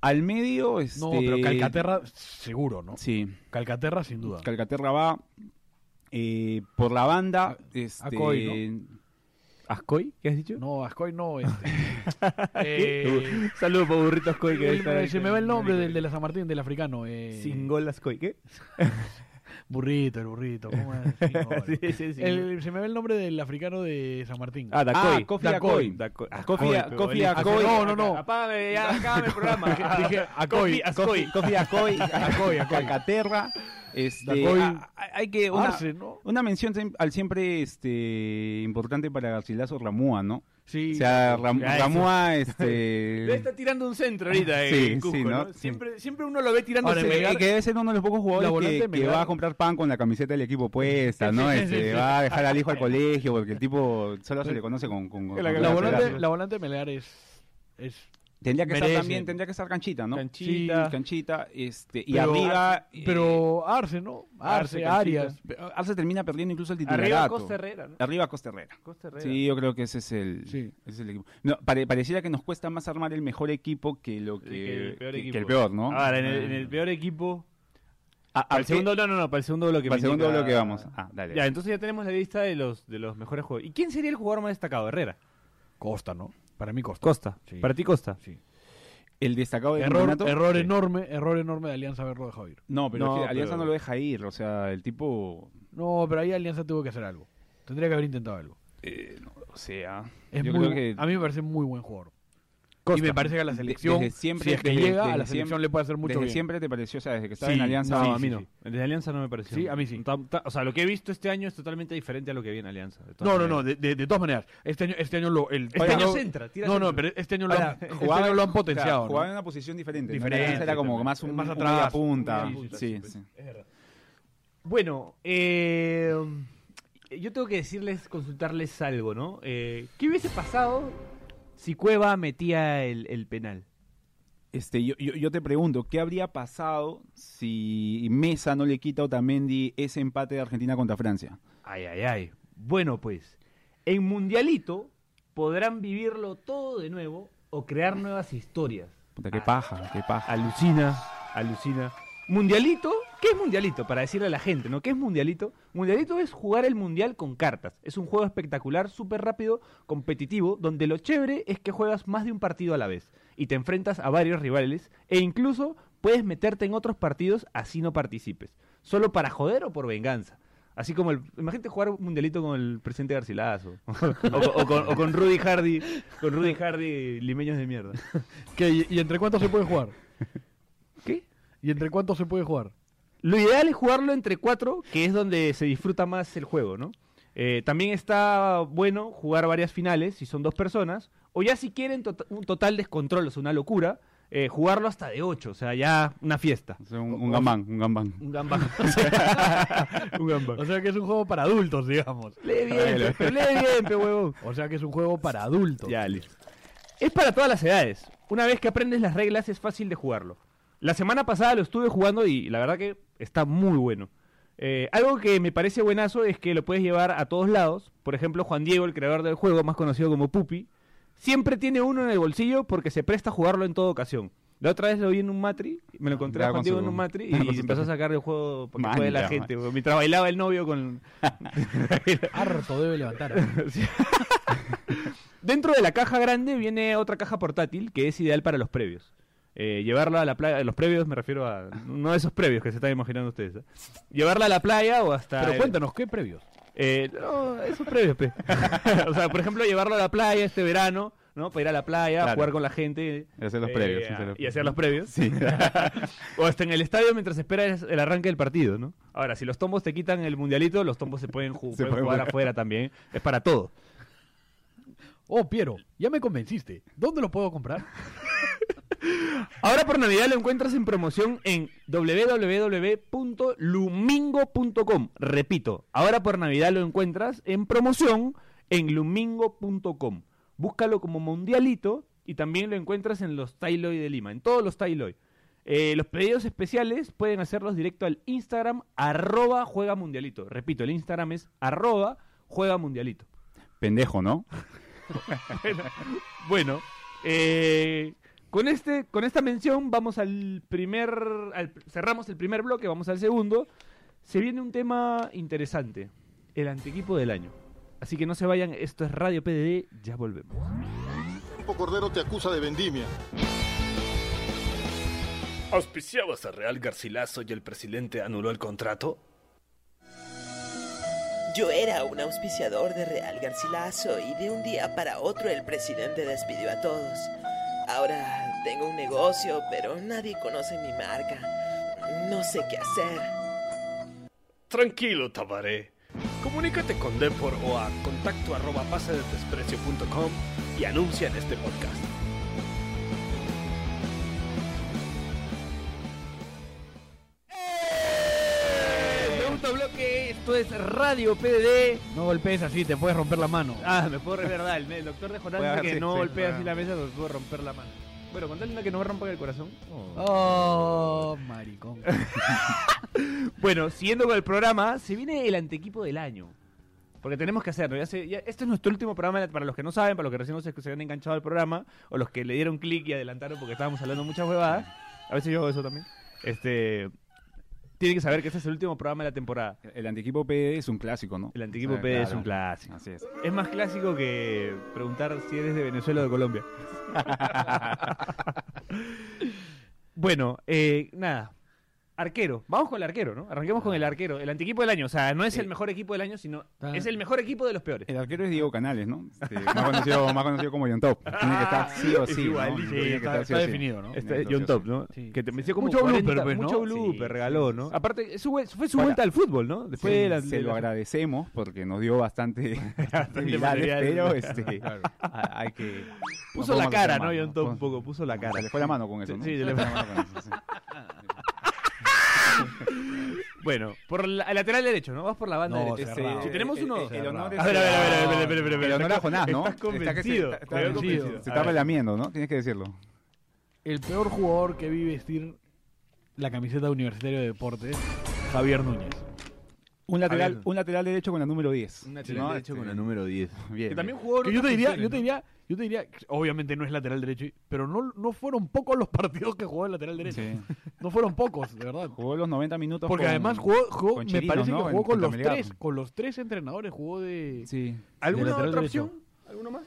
[SPEAKER 3] Al medio, este...
[SPEAKER 4] No, pero Calcaterra, seguro, ¿no?
[SPEAKER 3] Sí,
[SPEAKER 4] Calcaterra, sin duda.
[SPEAKER 3] Calcaterra va eh, por la banda. Este,
[SPEAKER 4] Acoy,
[SPEAKER 2] ¿Ascoy? ¿Qué has dicho? Uh,
[SPEAKER 4] No, Ascoy no. Este. Eh,
[SPEAKER 2] Saludos para Burrito Ascoy. Que debe
[SPEAKER 4] el-
[SPEAKER 2] estar ahí.
[SPEAKER 4] se me va el nombre del de la San Martín, del africano. Eh,
[SPEAKER 2] Sin gol Ascoy. ¿Qué?
[SPEAKER 4] Burrito, el burrito. ¿cómo es? Sin gol.
[SPEAKER 2] Sí, sí, sí.
[SPEAKER 4] El- se me va el nombre del africano de San Martín.
[SPEAKER 2] Ah, Dacoy.
[SPEAKER 3] Ah, Kofi Dacoy.
[SPEAKER 2] Dacoy. Ah,
[SPEAKER 3] Kofi-
[SPEAKER 2] pero
[SPEAKER 3] Kofi
[SPEAKER 2] listo.
[SPEAKER 3] Dacoy.
[SPEAKER 4] No, no, no.
[SPEAKER 2] Apágame, ya, acábame el programa.
[SPEAKER 4] Dije, Acoy.
[SPEAKER 2] ah, Ascoy.
[SPEAKER 3] Coffee Acoy,
[SPEAKER 4] Acoy, Acoy.
[SPEAKER 3] Calcaterra. Este,
[SPEAKER 4] Dacoy.
[SPEAKER 3] a- a- hay que una,
[SPEAKER 4] Arce, Ah, ¿no?
[SPEAKER 3] una mención sem- al siempre este, importante para Garcilaso Ramúa, ¿no?
[SPEAKER 4] Sí.
[SPEAKER 3] O sea, Ram-
[SPEAKER 2] Ya, eso.
[SPEAKER 3] Ramúa,
[SPEAKER 2] Le
[SPEAKER 3] este...
[SPEAKER 2] está tirando un centro ahorita.
[SPEAKER 3] Sí,
[SPEAKER 2] en Cusco,
[SPEAKER 3] sí, ¿no?
[SPEAKER 2] ¿no?
[SPEAKER 3] Sí.
[SPEAKER 2] Siempre, siempre uno lo ve tirando
[SPEAKER 4] Ahora,
[SPEAKER 3] Sí,
[SPEAKER 2] centro.
[SPEAKER 4] Melgar-
[SPEAKER 3] que debe ser uno de los pocos
[SPEAKER 4] La
[SPEAKER 3] jugadores
[SPEAKER 4] volante
[SPEAKER 3] que,
[SPEAKER 4] de
[SPEAKER 3] que
[SPEAKER 4] Melgar.
[SPEAKER 3] va a comprar pan con la camiseta del equipo puesta, ¿no?
[SPEAKER 4] Sí, sí,
[SPEAKER 3] Este,
[SPEAKER 4] sí, sí.
[SPEAKER 3] Va a dejar al hijo al colegio, porque el tipo solo se le conoce con... con- con-
[SPEAKER 2] La-
[SPEAKER 3] con
[SPEAKER 4] La
[SPEAKER 3] Garcilaso.
[SPEAKER 4] volante, la volante de Melgar es. es
[SPEAKER 3] Tendría que
[SPEAKER 4] merece.
[SPEAKER 3] estar también, tendría que estar canchita, ¿no?
[SPEAKER 2] Canchita.
[SPEAKER 3] Sí, canchita, este, y
[SPEAKER 4] Pero-
[SPEAKER 3] arriba... eh,
[SPEAKER 4] pero Arce, ¿no? Arce,
[SPEAKER 2] Arce,
[SPEAKER 4] Arias.
[SPEAKER 3] Arce termina perdiendo incluso el
[SPEAKER 2] Arriba
[SPEAKER 3] titularato.
[SPEAKER 2] Costa Herrera, ¿no?
[SPEAKER 3] Arriba Costa Herrera.
[SPEAKER 2] Costa Herrera.
[SPEAKER 3] Sí, yo creo que ese es el,
[SPEAKER 4] Sí.
[SPEAKER 3] ese es el equipo. No, pare- pareciera que nos cuesta más armar el mejor equipo que lo que,
[SPEAKER 2] que el peor Ah.
[SPEAKER 3] que-
[SPEAKER 2] equipo.
[SPEAKER 3] que el peor, ¿no?
[SPEAKER 4] Ah,
[SPEAKER 2] Ahora, en el, en el peor equipo.
[SPEAKER 3] Ah,
[SPEAKER 2] Para el
[SPEAKER 3] ¿qué?
[SPEAKER 2] segundo, no, no, no, para el segundo bloque.
[SPEAKER 3] Para el
[SPEAKER 2] me
[SPEAKER 3] segundo
[SPEAKER 2] indica-
[SPEAKER 3] bloque vamos. Ah, dale.
[SPEAKER 2] Ya, entonces ya tenemos la lista de los, de los mejores juegos. ¿Y quién sería el jugador más destacado? Herrera.
[SPEAKER 4] Costa, ¿no? Para mí Costa.
[SPEAKER 2] Costa.
[SPEAKER 4] Sí.
[SPEAKER 2] Para ti, Costa.
[SPEAKER 4] Sí.
[SPEAKER 3] El destacado del
[SPEAKER 4] Error,
[SPEAKER 3] campeonato-
[SPEAKER 4] error enorme, error enorme de Alianza haberlo dejado ir.
[SPEAKER 3] No, pero
[SPEAKER 2] No,
[SPEAKER 3] es que Alianza
[SPEAKER 2] pero-
[SPEAKER 3] no lo deja ir. O sea, el tipo.
[SPEAKER 4] No, pero ahí Alianza tuvo que hacer algo. Tendría que haber intentado algo.
[SPEAKER 3] eh, no, o sea.
[SPEAKER 4] Es
[SPEAKER 3] yo
[SPEAKER 4] muy
[SPEAKER 3] creo
[SPEAKER 4] bu-
[SPEAKER 3] que.
[SPEAKER 4] A mí me parece muy buen jugador.
[SPEAKER 3] Costa.
[SPEAKER 4] Y me parece que a la
[SPEAKER 3] De-
[SPEAKER 4] selección,
[SPEAKER 3] desde siempre-
[SPEAKER 4] si es que
[SPEAKER 3] desde-
[SPEAKER 4] llega, a
[SPEAKER 3] desde
[SPEAKER 4] la selección
[SPEAKER 3] siempre-
[SPEAKER 4] le puede hacer mucho
[SPEAKER 3] desde
[SPEAKER 4] bien.
[SPEAKER 3] siempre te pareció, o sea, desde que estaba
[SPEAKER 2] Sí,
[SPEAKER 3] en Alianza.
[SPEAKER 2] No,
[SPEAKER 3] sí,
[SPEAKER 2] a mí
[SPEAKER 3] sí,
[SPEAKER 2] no.
[SPEAKER 3] sí.
[SPEAKER 2] El de Alianza no me pareció.
[SPEAKER 4] Sí, a mí sí.
[SPEAKER 2] Ta- ta- o sea, lo que he visto este año es totalmente diferente a lo que vi en Alianza. de todas
[SPEAKER 4] No, no, no,
[SPEAKER 2] maneras.
[SPEAKER 4] de, de- de todas maneras. Este año, este año lo. El,
[SPEAKER 2] Este
[SPEAKER 4] Oiga,
[SPEAKER 2] año
[SPEAKER 4] no-
[SPEAKER 2] se entra, tira
[SPEAKER 4] No, no,
[SPEAKER 2] centro.
[SPEAKER 4] pero este año lo, han, este
[SPEAKER 3] Jugaba-
[SPEAKER 4] año lo
[SPEAKER 3] o
[SPEAKER 4] han
[SPEAKER 3] sea,
[SPEAKER 4] potenciado. ¿no?
[SPEAKER 3] Jugaba en una posición diferente. ¿no?
[SPEAKER 2] Diferente,
[SPEAKER 3] Alianza era como
[SPEAKER 2] también.
[SPEAKER 3] más un,
[SPEAKER 4] Más
[SPEAKER 3] más
[SPEAKER 4] atrás.
[SPEAKER 3] punta.
[SPEAKER 2] Sí, sí,
[SPEAKER 3] Sí,
[SPEAKER 2] sí.
[SPEAKER 4] pues.
[SPEAKER 3] sí.
[SPEAKER 2] Es verdad. Bueno, eh, yo tengo que decirles, consultarles algo, ¿no? Eh, ¿Qué hubiese pasado si Cueva metía el, el penal?
[SPEAKER 3] Este, yo, yo, yo te pregunto, ¿qué habría pasado si Mesa no le quita a Otamendi ese empate de Argentina contra Francia?
[SPEAKER 2] Ay, ay, ay. Bueno, pues, en Mundialito podrán vivirlo todo de nuevo o crear nuevas historias.
[SPEAKER 3] Puta, qué
[SPEAKER 2] Ah.
[SPEAKER 3] paja, qué paja.
[SPEAKER 2] Alucina, alucina. Mundialito, ¿qué es mundialito? Para decirle a la gente, ¿no? ¿Qué es mundialito? Mundialito es jugar el mundial con cartas. Es un juego espectacular, súper rápido, competitivo, donde lo chévere es que juegas más de un partido a la vez y te enfrentas a varios rivales e incluso puedes meterte en otros partidos así no participes. Solo para joder o por venganza. Así como el. Imagínate jugar un mundialito con el presidente Garcilaso. o, con- o con, o con Rudy Hardy. Con Rudy Hardy, limeños de mierda.
[SPEAKER 4] ¿Qué? ¿Y- ¿Y entre cuántos se puede jugar?
[SPEAKER 2] ¿Qué?
[SPEAKER 4] ¿Y entre cuántos se puede jugar?
[SPEAKER 2] Lo ideal es jugarlo entre cuatro, que es donde se disfruta más el juego, ¿no? Eh, también está bueno jugar varias finales si son dos personas, o ya si quieren tota- un total descontrol, o sea, una locura, eh, jugarlo hasta de ocho, o sea, ya una fiesta.
[SPEAKER 3] O sea, un, un gambán, un gambán.
[SPEAKER 2] Un gambán. un gambán.
[SPEAKER 4] O sea que es un juego para adultos, digamos.
[SPEAKER 2] Lee bien, pe, pero lee bien, pe huevón.
[SPEAKER 4] O sea que es un juego para adultos.
[SPEAKER 2] Ya, listo. Es para todas las edades. Una vez que aprendes las reglas es fácil de jugarlo. La semana pasada lo estuve jugando y la verdad que está muy bueno. Eh, algo que me parece buenazo es que lo puedes llevar a todos lados. Por ejemplo, Juan Diego, el creador del juego, más conocido como Pupi, siempre tiene uno en el bolsillo porque se presta a jugarlo en toda ocasión. La otra vez lo vi en un matri, me lo encontré
[SPEAKER 3] Andaba
[SPEAKER 2] a Juan
[SPEAKER 3] con
[SPEAKER 2] Diego
[SPEAKER 3] su-
[SPEAKER 2] en un matri
[SPEAKER 3] andaba con
[SPEAKER 2] y
[SPEAKER 3] su
[SPEAKER 2] empezó a
[SPEAKER 3] tarjeta.
[SPEAKER 2] sacar el juego porque
[SPEAKER 3] Man,
[SPEAKER 2] fue de la
[SPEAKER 3] ya,
[SPEAKER 2] gente. weón. Mientras bailaba el novio con...
[SPEAKER 4] Harto debe levantar.
[SPEAKER 2] Dentro de la caja grande viene otra caja portátil que es ideal para los previos. Eh, llevarla a la playa, los previos me refiero a no de esos previos que se están imaginando ustedes. ¿eh? Llevarla a la playa o hasta
[SPEAKER 4] Pero
[SPEAKER 2] el-
[SPEAKER 4] cuéntanos, ¿qué previos?
[SPEAKER 2] Eh, no, esos previos, pe. o sea, por ejemplo, llevarlo a la playa este verano, ¿no? Para ir a la playa,
[SPEAKER 3] Claro.
[SPEAKER 2] jugar con la gente.
[SPEAKER 3] Y hacer los
[SPEAKER 2] eh,
[SPEAKER 3] previos,
[SPEAKER 2] a-
[SPEAKER 3] hacer los
[SPEAKER 2] Y hacer los previos. o hasta en el estadio mientras esperas el arranque del partido, ¿no? Ahora, si los tombos te quitan el mundialito, los tombos se pueden, ju-
[SPEAKER 3] Se
[SPEAKER 2] pueden
[SPEAKER 3] pueden
[SPEAKER 2] jugar
[SPEAKER 3] jugar.
[SPEAKER 2] afuera también. Es para todo.
[SPEAKER 4] Oh, Piero, ya me convenciste. ¿Dónde lo puedo comprar?
[SPEAKER 2] Ahora por Navidad lo encuentras en promoción en www.lumingo.com. Repito, ahora por Navidad lo encuentras en promoción en lumingo.com. Búscalo como Mundialito y también lo encuentras en los Tailoy de Lima, en todos los Tailoy. Eh, los pedidos especiales pueden hacerlos directo al Instagram arroba juega mundialito. Repito, el Instagram es arroba juega mundialito.
[SPEAKER 3] Pendejo, ¿no?
[SPEAKER 2] Bueno, eh, con este, con esta mención vamos al primer, al- cerramos el primer bloque, vamos al segundo. Se viene un tema interesante, el antequipo del año. Así que no se vayan, esto es Radio PDD, ya volvemos.
[SPEAKER 1] Grupo Cordero te acusa de vendimia.
[SPEAKER 6] ¿Auspiciabas a Real Garcilaso y el presidente anuló el contrato?
[SPEAKER 7] Yo era un auspiciador de Real Garcilaso y de un día para otro el presidente despidió a todos. Ahora tengo un negocio, pero nadie conoce mi marca. No sé qué hacer.
[SPEAKER 6] Tranquilo, Tabaré. Comunícate con Depor o a contacto arroba pasadesprecio.com y anuncia en este podcast.
[SPEAKER 5] Segundo bloque, esto es Radio PDD.
[SPEAKER 4] No golpees así, te puedes romper la mano.
[SPEAKER 2] Ah, me puedo verdad, el doctor de
[SPEAKER 3] Puede
[SPEAKER 2] Jonás
[SPEAKER 3] haber
[SPEAKER 2] que
[SPEAKER 3] sido,
[SPEAKER 2] no
[SPEAKER 3] sí,
[SPEAKER 2] golpea
[SPEAKER 3] claro.
[SPEAKER 2] así la mesa, me puedo romper la mano. Bueno, contale una que no me rompa el corazón. oh.
[SPEAKER 4] Oh, maricón.
[SPEAKER 2] Bueno, siguiendo con el programa, se viene el antequipo del año. Porque tenemos que hacerlo. Ya se- ya- este es nuestro último programa, para los que no saben, para los que recién se, se han enganchado al programa, o los que le dieron clic y adelantaron porque estábamos hablando muchas huevadas. A veces yo hago eso también. Este, tienen que saber que este es el último programa de la temporada.
[SPEAKER 3] El antiequipo PD es un clásico, ¿no?
[SPEAKER 2] El antequipo
[SPEAKER 3] Ah,
[SPEAKER 2] PD es
[SPEAKER 3] claro.
[SPEAKER 2] un clásico.
[SPEAKER 3] Así es.
[SPEAKER 2] Es más clásico que preguntar si eres de Venezuela o de Colombia. bueno, eh, nada. Arquero. Vamos con el arquero, ¿no? Arranquemos con el arquero. El antequipo del año. O sea, no es el mejor equipo del año, sino
[SPEAKER 4] Ah.
[SPEAKER 2] es el mejor equipo de los peores.
[SPEAKER 3] El arquero es Diego Canales, ¿no? Este, más, conocido, más conocido como John Top. Tiene que estar sí o
[SPEAKER 2] Es
[SPEAKER 3] sí. ¿no?
[SPEAKER 2] igualito,
[SPEAKER 3] Tiene que
[SPEAKER 2] Ah, está-
[SPEAKER 3] estar sí o sí.
[SPEAKER 4] ¿no?
[SPEAKER 2] Este,
[SPEAKER 3] Entonces,
[SPEAKER 2] John Top, ¿no?
[SPEAKER 4] sí.
[SPEAKER 2] Que te metió como
[SPEAKER 4] Mucho
[SPEAKER 2] 40,
[SPEAKER 4] blooper, pues, ¿no?
[SPEAKER 2] Mucho blooper,
[SPEAKER 4] Sí,
[SPEAKER 2] regaló,
[SPEAKER 4] sí,
[SPEAKER 2] ¿no?
[SPEAKER 4] sí.
[SPEAKER 2] Aparte, su vuel- fue su
[SPEAKER 3] Para-
[SPEAKER 2] vuelta al fútbol, ¿no? Después
[SPEAKER 3] Sí,
[SPEAKER 2] de la-
[SPEAKER 3] se
[SPEAKER 2] de
[SPEAKER 3] lo
[SPEAKER 2] la-
[SPEAKER 3] agradecemos porque nos dio bastante, bastante
[SPEAKER 2] material.
[SPEAKER 3] virales, pero este, a- hay que... no
[SPEAKER 2] Puso la
[SPEAKER 3] podemos
[SPEAKER 2] cara,
[SPEAKER 3] hacer
[SPEAKER 2] ¿no?
[SPEAKER 3] más,
[SPEAKER 2] John Top un
[SPEAKER 3] Pues-
[SPEAKER 2] poco, puso la cara.
[SPEAKER 3] Se le fue la mano con eso,
[SPEAKER 2] Sí,
[SPEAKER 3] ¿no?
[SPEAKER 2] sí, se le
[SPEAKER 3] Se le fue la mano con eso, sí.
[SPEAKER 2] Bueno, por la- el lateral derecho, ¿no? Vas por la banda
[SPEAKER 4] No,
[SPEAKER 2] derecha.
[SPEAKER 4] cerrado.
[SPEAKER 2] Si tenemos
[SPEAKER 3] El-
[SPEAKER 2] uno...
[SPEAKER 3] el- el honor es-
[SPEAKER 2] A ver, a ver, a ver, a ver, a ver, a ver, a ver, a ver.
[SPEAKER 3] El honor a Jonás, ¿no?
[SPEAKER 2] Estás
[SPEAKER 3] Está que se-
[SPEAKER 2] convencido.
[SPEAKER 3] está-
[SPEAKER 2] Te veo
[SPEAKER 3] está-
[SPEAKER 4] convencido.
[SPEAKER 3] Se
[SPEAKER 2] A
[SPEAKER 3] está
[SPEAKER 2] ver.
[SPEAKER 3] relamiendo, ¿no? Tienes que decirlo.
[SPEAKER 4] El peor jugador que vi vestir la camiseta de Universitario de Deportes, Javier Núñez.
[SPEAKER 3] Un
[SPEAKER 2] ver.
[SPEAKER 3] lateral, un lateral derecho con la número 10.
[SPEAKER 2] Un lateral derecho con la número 10.
[SPEAKER 3] Este, Bien.
[SPEAKER 2] Que también jugó en
[SPEAKER 4] Que yo te
[SPEAKER 2] otras
[SPEAKER 4] diría,
[SPEAKER 2] funciones,
[SPEAKER 4] yo te
[SPEAKER 2] ¿no?
[SPEAKER 4] diría, yo te diría, obviamente no es lateral derecho, pero no, no fueron pocos los partidos que jugó el lateral derecho.
[SPEAKER 3] Sí.
[SPEAKER 4] No fueron pocos, de verdad.
[SPEAKER 3] Jugó los 90 minutos
[SPEAKER 4] Porque
[SPEAKER 3] con-
[SPEAKER 4] además jugó, jugó-
[SPEAKER 3] con
[SPEAKER 4] me
[SPEAKER 3] Chirinos,
[SPEAKER 4] parece
[SPEAKER 3] ¿no?
[SPEAKER 4] que
[SPEAKER 3] En-
[SPEAKER 4] jugó con
[SPEAKER 3] contra
[SPEAKER 4] los
[SPEAKER 3] Melgar.
[SPEAKER 4] tres, con los tres entrenadores jugó de
[SPEAKER 3] Sí.
[SPEAKER 4] de
[SPEAKER 2] ¿Alguna
[SPEAKER 4] lateral
[SPEAKER 2] otra
[SPEAKER 4] derecho.
[SPEAKER 2] opción? ¿Alguna más?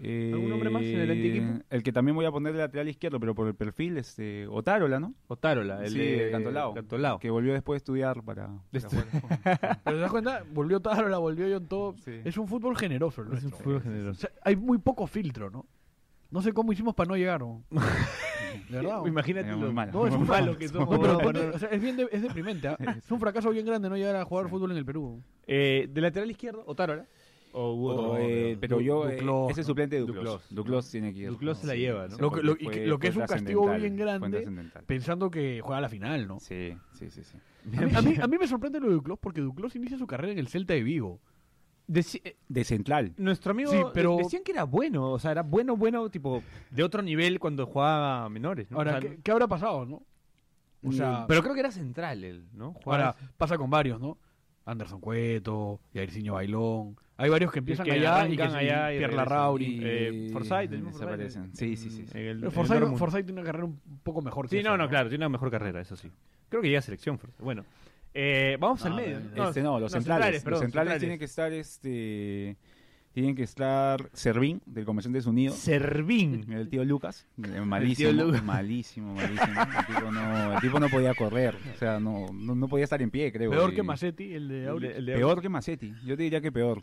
[SPEAKER 2] ¿Algún hombre más en el
[SPEAKER 3] Eh,
[SPEAKER 2] antiequipo?
[SPEAKER 3] El que también voy a poner de lateral izquierdo, pero por el perfil, este, Otárola, ¿no?
[SPEAKER 2] Otárola, el
[SPEAKER 3] Sí,
[SPEAKER 2] de
[SPEAKER 3] el Cantolao.
[SPEAKER 2] Cantolao.
[SPEAKER 3] Que volvió después a estudiar para... para jugar.
[SPEAKER 4] Pero te das cuenta, volvió Taro, la volvió John Top.
[SPEAKER 3] Sí.
[SPEAKER 4] Es un fútbol generoso el
[SPEAKER 2] Es un
[SPEAKER 4] nuestro.
[SPEAKER 2] fútbol generoso.
[SPEAKER 4] O sea, hay muy poco filtro, ¿no? No sé cómo hicimos para no llegar, ¿no? De verdad. ¿no?
[SPEAKER 2] Imagínate
[SPEAKER 3] Eh,
[SPEAKER 2] lo
[SPEAKER 3] muy malo.
[SPEAKER 2] No, es
[SPEAKER 3] Muy
[SPEAKER 2] malo
[SPEAKER 3] malo.
[SPEAKER 2] que somos.
[SPEAKER 4] No, pero
[SPEAKER 2] no,
[SPEAKER 4] ponte-
[SPEAKER 2] no.
[SPEAKER 4] o sea, es, bien de- es deprimente. ¿ah? Es un fracaso bien grande no llegar a jugar fútbol en el Perú.
[SPEAKER 2] Eh, ¿De lateral izquierdo? ¿Otárola? ¿O hubo
[SPEAKER 3] O,
[SPEAKER 2] otro?
[SPEAKER 3] eh, pero
[SPEAKER 4] Du-
[SPEAKER 3] yo, eh,
[SPEAKER 4] Duclos,
[SPEAKER 3] ese
[SPEAKER 4] ¿no?
[SPEAKER 3] suplente de Duclos.
[SPEAKER 2] Oh, Duclos.
[SPEAKER 3] Duclos, tiene que ir.
[SPEAKER 2] Duclos se la lleva, ¿no?
[SPEAKER 4] Lo que- lo- y
[SPEAKER 3] Fue-
[SPEAKER 4] que- lo que
[SPEAKER 3] fue
[SPEAKER 4] es un castigo
[SPEAKER 3] trascendental,
[SPEAKER 4] bien
[SPEAKER 3] fue
[SPEAKER 4] grande,
[SPEAKER 3] trascendental.
[SPEAKER 4] Pensando que juega la final, ¿no?
[SPEAKER 3] Sí, sí, sí. sí.
[SPEAKER 4] A mí, a mí- a mí me sorprende lo de Duclos porque Duclos inicia su carrera en el Celta de Vigo.
[SPEAKER 2] Deci- eh,
[SPEAKER 3] De central.
[SPEAKER 2] Nuestro amigo
[SPEAKER 4] Sí, pero-
[SPEAKER 2] de- decían que era bueno, o sea, era bueno, bueno, tipo de otro nivel cuando jugaba menores. ¿no?
[SPEAKER 4] Ahora,
[SPEAKER 2] O sea,
[SPEAKER 4] ¿qué, qué habrá pasado, no? O sea,
[SPEAKER 2] Pero creo que era central él, ¿no?
[SPEAKER 4] ahora pasa con varios, ¿no? Anderson Cueto, Jairzinho Bailón. Hay varios que empiezan allá y que
[SPEAKER 5] arrancan allá y
[SPEAKER 4] Pierre
[SPEAKER 5] regresan.
[SPEAKER 4] Larrauri.
[SPEAKER 5] Eh, Forsyth, el mismo Forsyth.
[SPEAKER 3] Desaparecen. Sí, sí, sí. sí.
[SPEAKER 5] En el-
[SPEAKER 4] Pero
[SPEAKER 5] en
[SPEAKER 4] Forsyth,
[SPEAKER 5] Dortmund.
[SPEAKER 4] Forsyth tiene una carrera un poco mejor. que
[SPEAKER 5] Sí,
[SPEAKER 4] esa,
[SPEAKER 5] no, no, claro, tiene una mejor carrera, eso sí. Creo que llega a selección. Forsyth. Bueno, eh, vamos al
[SPEAKER 4] No,
[SPEAKER 5] medio.
[SPEAKER 4] no,
[SPEAKER 3] Este, no, los centrales.
[SPEAKER 5] perdón,
[SPEAKER 3] los centrales, tienen que estar, este... Tienen que estar Servín, del Comerciantes Unidos.
[SPEAKER 5] Servín.
[SPEAKER 3] El tío Lucas, eh, malísimo, malísimo, malísimo. El tipo, no, el tipo no podía correr, o sea, no, no, no podía estar en pie, creo.
[SPEAKER 4] Peor
[SPEAKER 3] y-
[SPEAKER 4] que Massetti, el de Aurich.
[SPEAKER 3] Peor que Macetti, yo te diría que peor.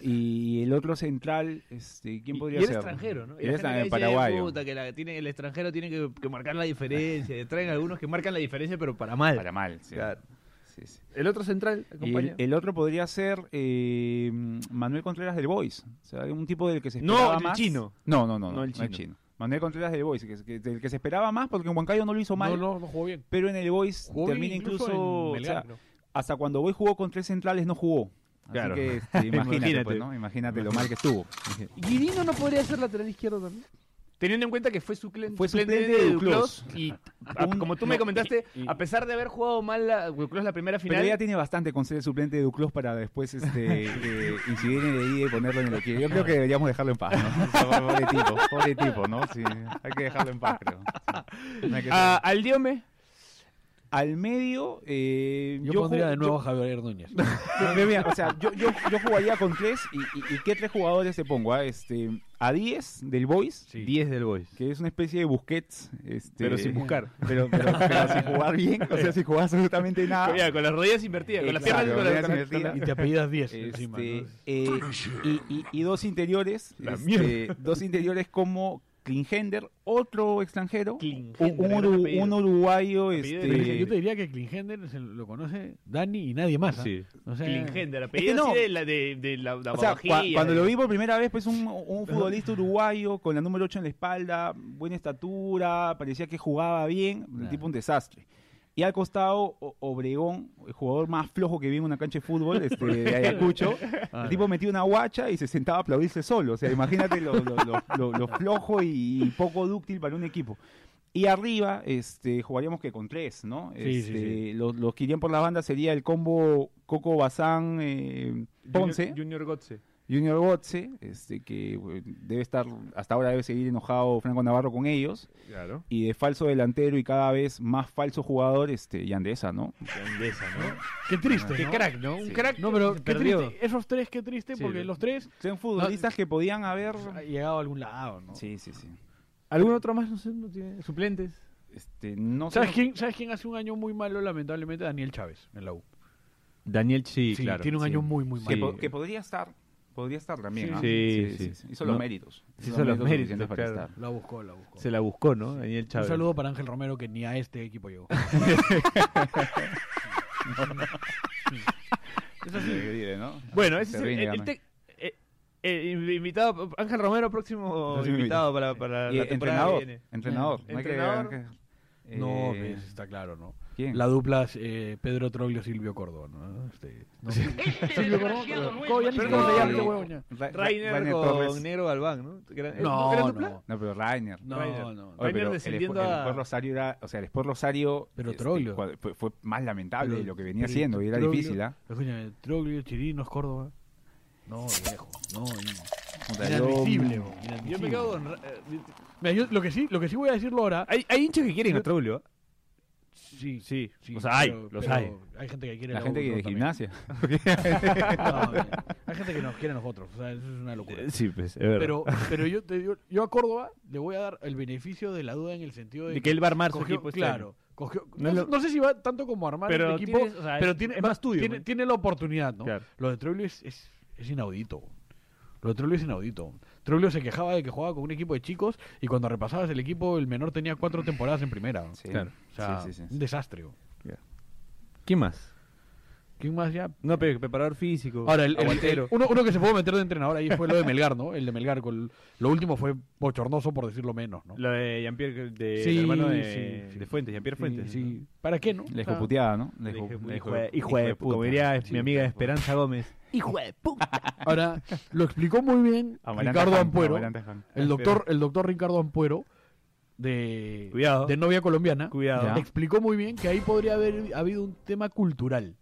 [SPEAKER 3] Y el otro central, este, ¿quién podría
[SPEAKER 5] y
[SPEAKER 3] ser?
[SPEAKER 5] era extranjero, ¿no?
[SPEAKER 3] Y era extranjero,
[SPEAKER 5] paraguay
[SPEAKER 3] paraguayo.
[SPEAKER 5] que la- tiene, el extranjero tiene que, que marcar la diferencia. y Traen algunos que marcan la diferencia, pero para mal.
[SPEAKER 3] Para mal, sí.
[SPEAKER 5] Claro.
[SPEAKER 3] Sí, sí.
[SPEAKER 5] El otro central
[SPEAKER 3] Y el, eh,
[SPEAKER 5] acompaña.
[SPEAKER 3] el otro podría ser eh, Manuel Contreras del Boys. O sea, un tipo del que se
[SPEAKER 5] No,
[SPEAKER 3] esperaba
[SPEAKER 5] el
[SPEAKER 3] más.
[SPEAKER 5] chino.
[SPEAKER 3] No, no, no,
[SPEAKER 5] No,
[SPEAKER 3] no,
[SPEAKER 5] el
[SPEAKER 3] el chino.
[SPEAKER 5] chino.
[SPEAKER 3] Manuel Contreras del Boys, que, que- del que se esperaba más porque en Huancayo no lo hizo mal.
[SPEAKER 4] No, no, no jugó bien.
[SPEAKER 3] Pero en el Boys
[SPEAKER 4] Jugó bien
[SPEAKER 3] termina incluso.
[SPEAKER 4] en
[SPEAKER 3] o sea,
[SPEAKER 4] Melgar, creo.
[SPEAKER 3] hasta cuando Boy jugó con tres centrales no jugó. Así
[SPEAKER 5] Claro.
[SPEAKER 3] que este, imagínate,
[SPEAKER 5] Imagínate.
[SPEAKER 3] pues, ¿no? Imagínate lo mal que estuvo.
[SPEAKER 2] Guirino no podría ser lateral izquierdo también. Teniendo en cuenta que fue suplente,
[SPEAKER 3] Fue suplente
[SPEAKER 2] de
[SPEAKER 3] de
[SPEAKER 2] Duclos
[SPEAKER 3] Duclos.
[SPEAKER 2] y
[SPEAKER 5] Ah,
[SPEAKER 2] a-
[SPEAKER 3] Un-
[SPEAKER 2] como tú me
[SPEAKER 3] no, eh,
[SPEAKER 2] comentaste,
[SPEAKER 3] y- y-
[SPEAKER 2] a pesar de haber jugado mal la, Duclos la primera
[SPEAKER 3] Pero
[SPEAKER 2] final,
[SPEAKER 3] ella tiene bastante con ser el suplente de Duclos para después este, eh, incidir en el día y ponerlo en lo que. Yo creo que deberíamos dejarlo en paz, ¿no? O sea, Pobre tipo, pobre tipo, ¿no? Sí, hay que dejarlo en paz, creo. Sí. No hay que-
[SPEAKER 2] a- al Diome
[SPEAKER 3] Ah, Al medio, eh,
[SPEAKER 4] Yo, pondría
[SPEAKER 3] ju-
[SPEAKER 4] de nuevo a Javier Núñez.
[SPEAKER 3] yo- mira, mira, o sea, yo, yo, yo jugaría con tres. ¿Y, y- y qué tres jugadores te pongo? ah? Este, a 10 del Boys,
[SPEAKER 5] 10 del Boys.
[SPEAKER 3] que es una especie de Busquets. Este,
[SPEAKER 5] Pero sin buscar.
[SPEAKER 3] Pero, pero, pero sin jugar bien, o sea, sin jugar absolutamente nada.
[SPEAKER 2] Mira, con las rodillas invertidas, con las
[SPEAKER 3] Exacto,
[SPEAKER 2] piernas con la-
[SPEAKER 3] rodillas
[SPEAKER 2] con la-
[SPEAKER 3] invertidas.
[SPEAKER 4] Y te apellidas 10 encima.
[SPEAKER 3] Este,
[SPEAKER 4] ¿no?
[SPEAKER 3] eh, y, y- y dos interiores. este, dos interiores como Klingender, otro extranjero.
[SPEAKER 2] Klingender,
[SPEAKER 3] un,
[SPEAKER 2] gran
[SPEAKER 3] Uru-
[SPEAKER 2] apellido.
[SPEAKER 3] un uruguayo.
[SPEAKER 2] Apellido
[SPEAKER 3] Este,
[SPEAKER 4] Pero dice, yo te diría que Klingender se lo conoce Dani y nadie más. ¿ah?
[SPEAKER 5] Sí.
[SPEAKER 4] O sea,
[SPEAKER 2] Klingender,
[SPEAKER 5] Eh.
[SPEAKER 2] apellido
[SPEAKER 3] no.
[SPEAKER 2] así de la de, de la, la
[SPEAKER 3] o sea,
[SPEAKER 2] babajilla,
[SPEAKER 3] cua- cuando
[SPEAKER 2] de-
[SPEAKER 3] lo vi por primera vez, pues un, un futbolista uruguayo con la número 8 en la espalda, buena estatura, parecía que jugaba bien, el
[SPEAKER 4] Claro.
[SPEAKER 3] tipo un desastre. Y al costado, O- Obregón, el jugador más flojo que vi en una cancha de fútbol, este, de Ayacucho,
[SPEAKER 4] Ah,
[SPEAKER 3] El tipo metía una guacha y se sentaba a aplaudirse solo. O sea, imagínate lo, lo- lo- lo- lo flojo y, y poco dúctil para un equipo. Y arriba, este, jugaríamos que con tres, ¿no?
[SPEAKER 4] Sí, sí,
[SPEAKER 3] Este,
[SPEAKER 4] sí.
[SPEAKER 3] Los, los que irían por la banda sería el combo Coco Bazán eh, Ponce,
[SPEAKER 2] Junior, Junior Gotze.
[SPEAKER 3] Junior Gotze, este, que eh, debe estar, hasta ahora debe seguir enojado Franco Navarro con ellos.
[SPEAKER 5] Claro.
[SPEAKER 3] Y de falso delantero y cada vez más falso jugador, este, Yandesa, ¿no?
[SPEAKER 4] Qué triste.
[SPEAKER 2] Qué
[SPEAKER 4] ¿no?
[SPEAKER 2] crack, ¿no? Un
[SPEAKER 3] Sí.
[SPEAKER 2] crack.
[SPEAKER 4] No, pero
[SPEAKER 2] que
[SPEAKER 4] qué
[SPEAKER 2] perdió.
[SPEAKER 4] triste. Esos tres, qué triste,
[SPEAKER 5] Sí,
[SPEAKER 4] porque
[SPEAKER 5] ¿no?
[SPEAKER 4] los tres
[SPEAKER 3] Son futbolistas que podían haber.
[SPEAKER 4] han llegado a algún lado, ¿no?
[SPEAKER 3] Sí, sí, sí.
[SPEAKER 2] ¿Algún otro más? No sé, no tiene. Suplentes.
[SPEAKER 3] Este, no sé.
[SPEAKER 4] ¿Sabes quién, ¿Sabes quién hace un año muy malo, lamentablemente? Daniel Chávez, en la U.
[SPEAKER 5] Daniel Chi,
[SPEAKER 4] Sí, tiene un año muy, muy
[SPEAKER 5] Sí.
[SPEAKER 4] malo.
[SPEAKER 3] Que, po- que podría estar. Podría estar también.
[SPEAKER 5] Sí,
[SPEAKER 3] ¿ah?
[SPEAKER 5] sí, sí.
[SPEAKER 3] Hizo los
[SPEAKER 5] No.
[SPEAKER 3] méritos.
[SPEAKER 5] Sí, hizo los méritos,
[SPEAKER 3] suficientes para
[SPEAKER 5] claro.
[SPEAKER 3] estar.
[SPEAKER 4] La buscó, la buscó.
[SPEAKER 5] Se la buscó, ¿no? Daniel
[SPEAKER 4] Un
[SPEAKER 5] Chávez.
[SPEAKER 4] saludo para Ángel Romero, que ni a este equipo llegó.
[SPEAKER 3] Increíble, ¿no?
[SPEAKER 2] Bueno, ese
[SPEAKER 3] Se
[SPEAKER 2] es el,
[SPEAKER 3] ríe,
[SPEAKER 2] el- el
[SPEAKER 3] gana.
[SPEAKER 2] tec- eh, eh, inv- invitado. Ángel Romero, próximo
[SPEAKER 3] Próximo
[SPEAKER 2] invitado para, para
[SPEAKER 3] Y
[SPEAKER 2] la temporada que
[SPEAKER 3] entrenador.
[SPEAKER 2] viene.
[SPEAKER 3] Entrenador.
[SPEAKER 2] Ya.
[SPEAKER 3] No hay que-
[SPEAKER 2] Entrenador.
[SPEAKER 3] hay que-
[SPEAKER 4] No,
[SPEAKER 3] eh,
[SPEAKER 4] pues, está claro, ¿no?
[SPEAKER 3] ¿Quién?
[SPEAKER 4] La dupla es, eh, Pedro Troglio, Silvio Cordón, ¿no? Este, no. Silvio Cordón, pero- ¿Cómo ya ni
[SPEAKER 2] es
[SPEAKER 4] sé cómo se llama
[SPEAKER 2] malo.
[SPEAKER 4] este huevón ya?
[SPEAKER 3] Ra- Ra-
[SPEAKER 2] Rainer
[SPEAKER 3] Rainer
[SPEAKER 2] con
[SPEAKER 3] Torres.
[SPEAKER 2] Negro Galván, ¿no? Gran- eh,
[SPEAKER 4] No,
[SPEAKER 2] ¿Gran
[SPEAKER 4] no.
[SPEAKER 2] dupla?
[SPEAKER 3] No, pero Rainer.
[SPEAKER 4] No,
[SPEAKER 2] Rainer.
[SPEAKER 4] no, no.
[SPEAKER 3] Oye,
[SPEAKER 2] Rainer
[SPEAKER 3] pero el
[SPEAKER 2] descendiendo
[SPEAKER 3] Sport- el
[SPEAKER 2] a-
[SPEAKER 3] Sport Rosario era, o sea, el Sport Rosario
[SPEAKER 4] Pero
[SPEAKER 3] este,
[SPEAKER 4] Troglio.
[SPEAKER 3] cua- fue, fue más lamentable
[SPEAKER 4] Pero-
[SPEAKER 3] de lo que venía
[SPEAKER 4] pero
[SPEAKER 3] haciendo y era
[SPEAKER 4] Troglio-
[SPEAKER 3] difícil, ¿ah?
[SPEAKER 4] Escúchame, Troglio, Chirinos, Córdoba. No, viejo. No, in-
[SPEAKER 3] O sea, yo-
[SPEAKER 4] inadmisible, bro, inadmisible.
[SPEAKER 2] Yo me quedo con. Ra- eh,
[SPEAKER 4] Mira, yo lo que sí, lo que sí voy a decirlo ahora.
[SPEAKER 5] Hay, hay hinchas que quieren a Troglio. ¿ah?
[SPEAKER 4] Sí, sí, sí.
[SPEAKER 5] O sea, hay,
[SPEAKER 4] pero-
[SPEAKER 5] los
[SPEAKER 4] pero
[SPEAKER 5] hay.
[SPEAKER 4] Hay gente que quiere
[SPEAKER 3] La
[SPEAKER 4] a
[SPEAKER 3] gente que
[SPEAKER 4] otro
[SPEAKER 3] de
[SPEAKER 4] también.
[SPEAKER 3] gimnasia.
[SPEAKER 4] No, bien. hay gente que nos quiere a nosotros. O sea, eso es una locura.
[SPEAKER 5] Eh, Sí, pues, es verdad.
[SPEAKER 4] Pero, pero yo, te digo, yo a Córdoba le voy a dar el beneficio de la duda en el sentido de,
[SPEAKER 5] De que él va a armar su
[SPEAKER 4] cogió-
[SPEAKER 5] equipo este año.
[SPEAKER 4] claro. cogió-
[SPEAKER 5] No
[SPEAKER 4] no,
[SPEAKER 5] es lo-
[SPEAKER 4] no sé si va tanto como armar
[SPEAKER 5] Pero
[SPEAKER 4] el equipo,
[SPEAKER 5] tienes, o sea,
[SPEAKER 4] pero
[SPEAKER 5] es-
[SPEAKER 4] tiene,
[SPEAKER 5] es
[SPEAKER 4] va-
[SPEAKER 5] más tuyo,
[SPEAKER 4] Tiene,
[SPEAKER 5] ¿no?
[SPEAKER 4] tiene la oportunidad, ¿no?
[SPEAKER 5] Claro.
[SPEAKER 4] Lo de Troglio es, es, es inaudito. Lo de Troglio es inaudito. Troglio se quejaba de que jugaba con un equipo de chicos y cuando repasabas el equipo, el menor tenía cuatro temporadas en primera.
[SPEAKER 3] Sí.
[SPEAKER 5] Claro.
[SPEAKER 4] O sea,
[SPEAKER 3] Sí, sí, sí.
[SPEAKER 4] un desastre.
[SPEAKER 5] ¿Quién más?
[SPEAKER 4] ¿Quién más ya?
[SPEAKER 5] No, pero preparador físico.
[SPEAKER 4] Ahora, el, el-
[SPEAKER 5] aguantero.
[SPEAKER 4] el- uno, uno que se pudo meter de entrenador ahí fue lo de Melgar, ¿no? El de Melgar. con- lo último ffue bochornoso, por decirlo menos, ¿no?
[SPEAKER 5] Lo de Jean-Pierre, de,
[SPEAKER 4] Sí,
[SPEAKER 5] el hermano de,
[SPEAKER 4] sí, sí.
[SPEAKER 5] de Fuentes, Jean-Pierre
[SPEAKER 4] Sí,
[SPEAKER 5] Fuentes.
[SPEAKER 4] sí. ¿Para qué, no?
[SPEAKER 3] Le
[SPEAKER 4] O sea,
[SPEAKER 3] dijo puteada, ¿no? Le
[SPEAKER 5] Le
[SPEAKER 3] dijo-
[SPEAKER 5] dije,
[SPEAKER 3] le
[SPEAKER 5] hijo
[SPEAKER 3] dijo-
[SPEAKER 5] de- Hijo de puta, como diría mi amiga Esperanza Gómez.
[SPEAKER 4] Ahora, lo explicó muy bien
[SPEAKER 3] Amaranta
[SPEAKER 5] Ah,
[SPEAKER 4] Ricardo
[SPEAKER 3] Hank,
[SPEAKER 4] Ampuero.
[SPEAKER 3] Amaranta Hank.
[SPEAKER 4] El doctor, el doctor Ricardo Ampuero de,
[SPEAKER 5] Cuidado.
[SPEAKER 4] de novia colombiana
[SPEAKER 5] Cuidado.
[SPEAKER 4] Ya. explicó muy bien que ahí podría haber habido un tema cultural.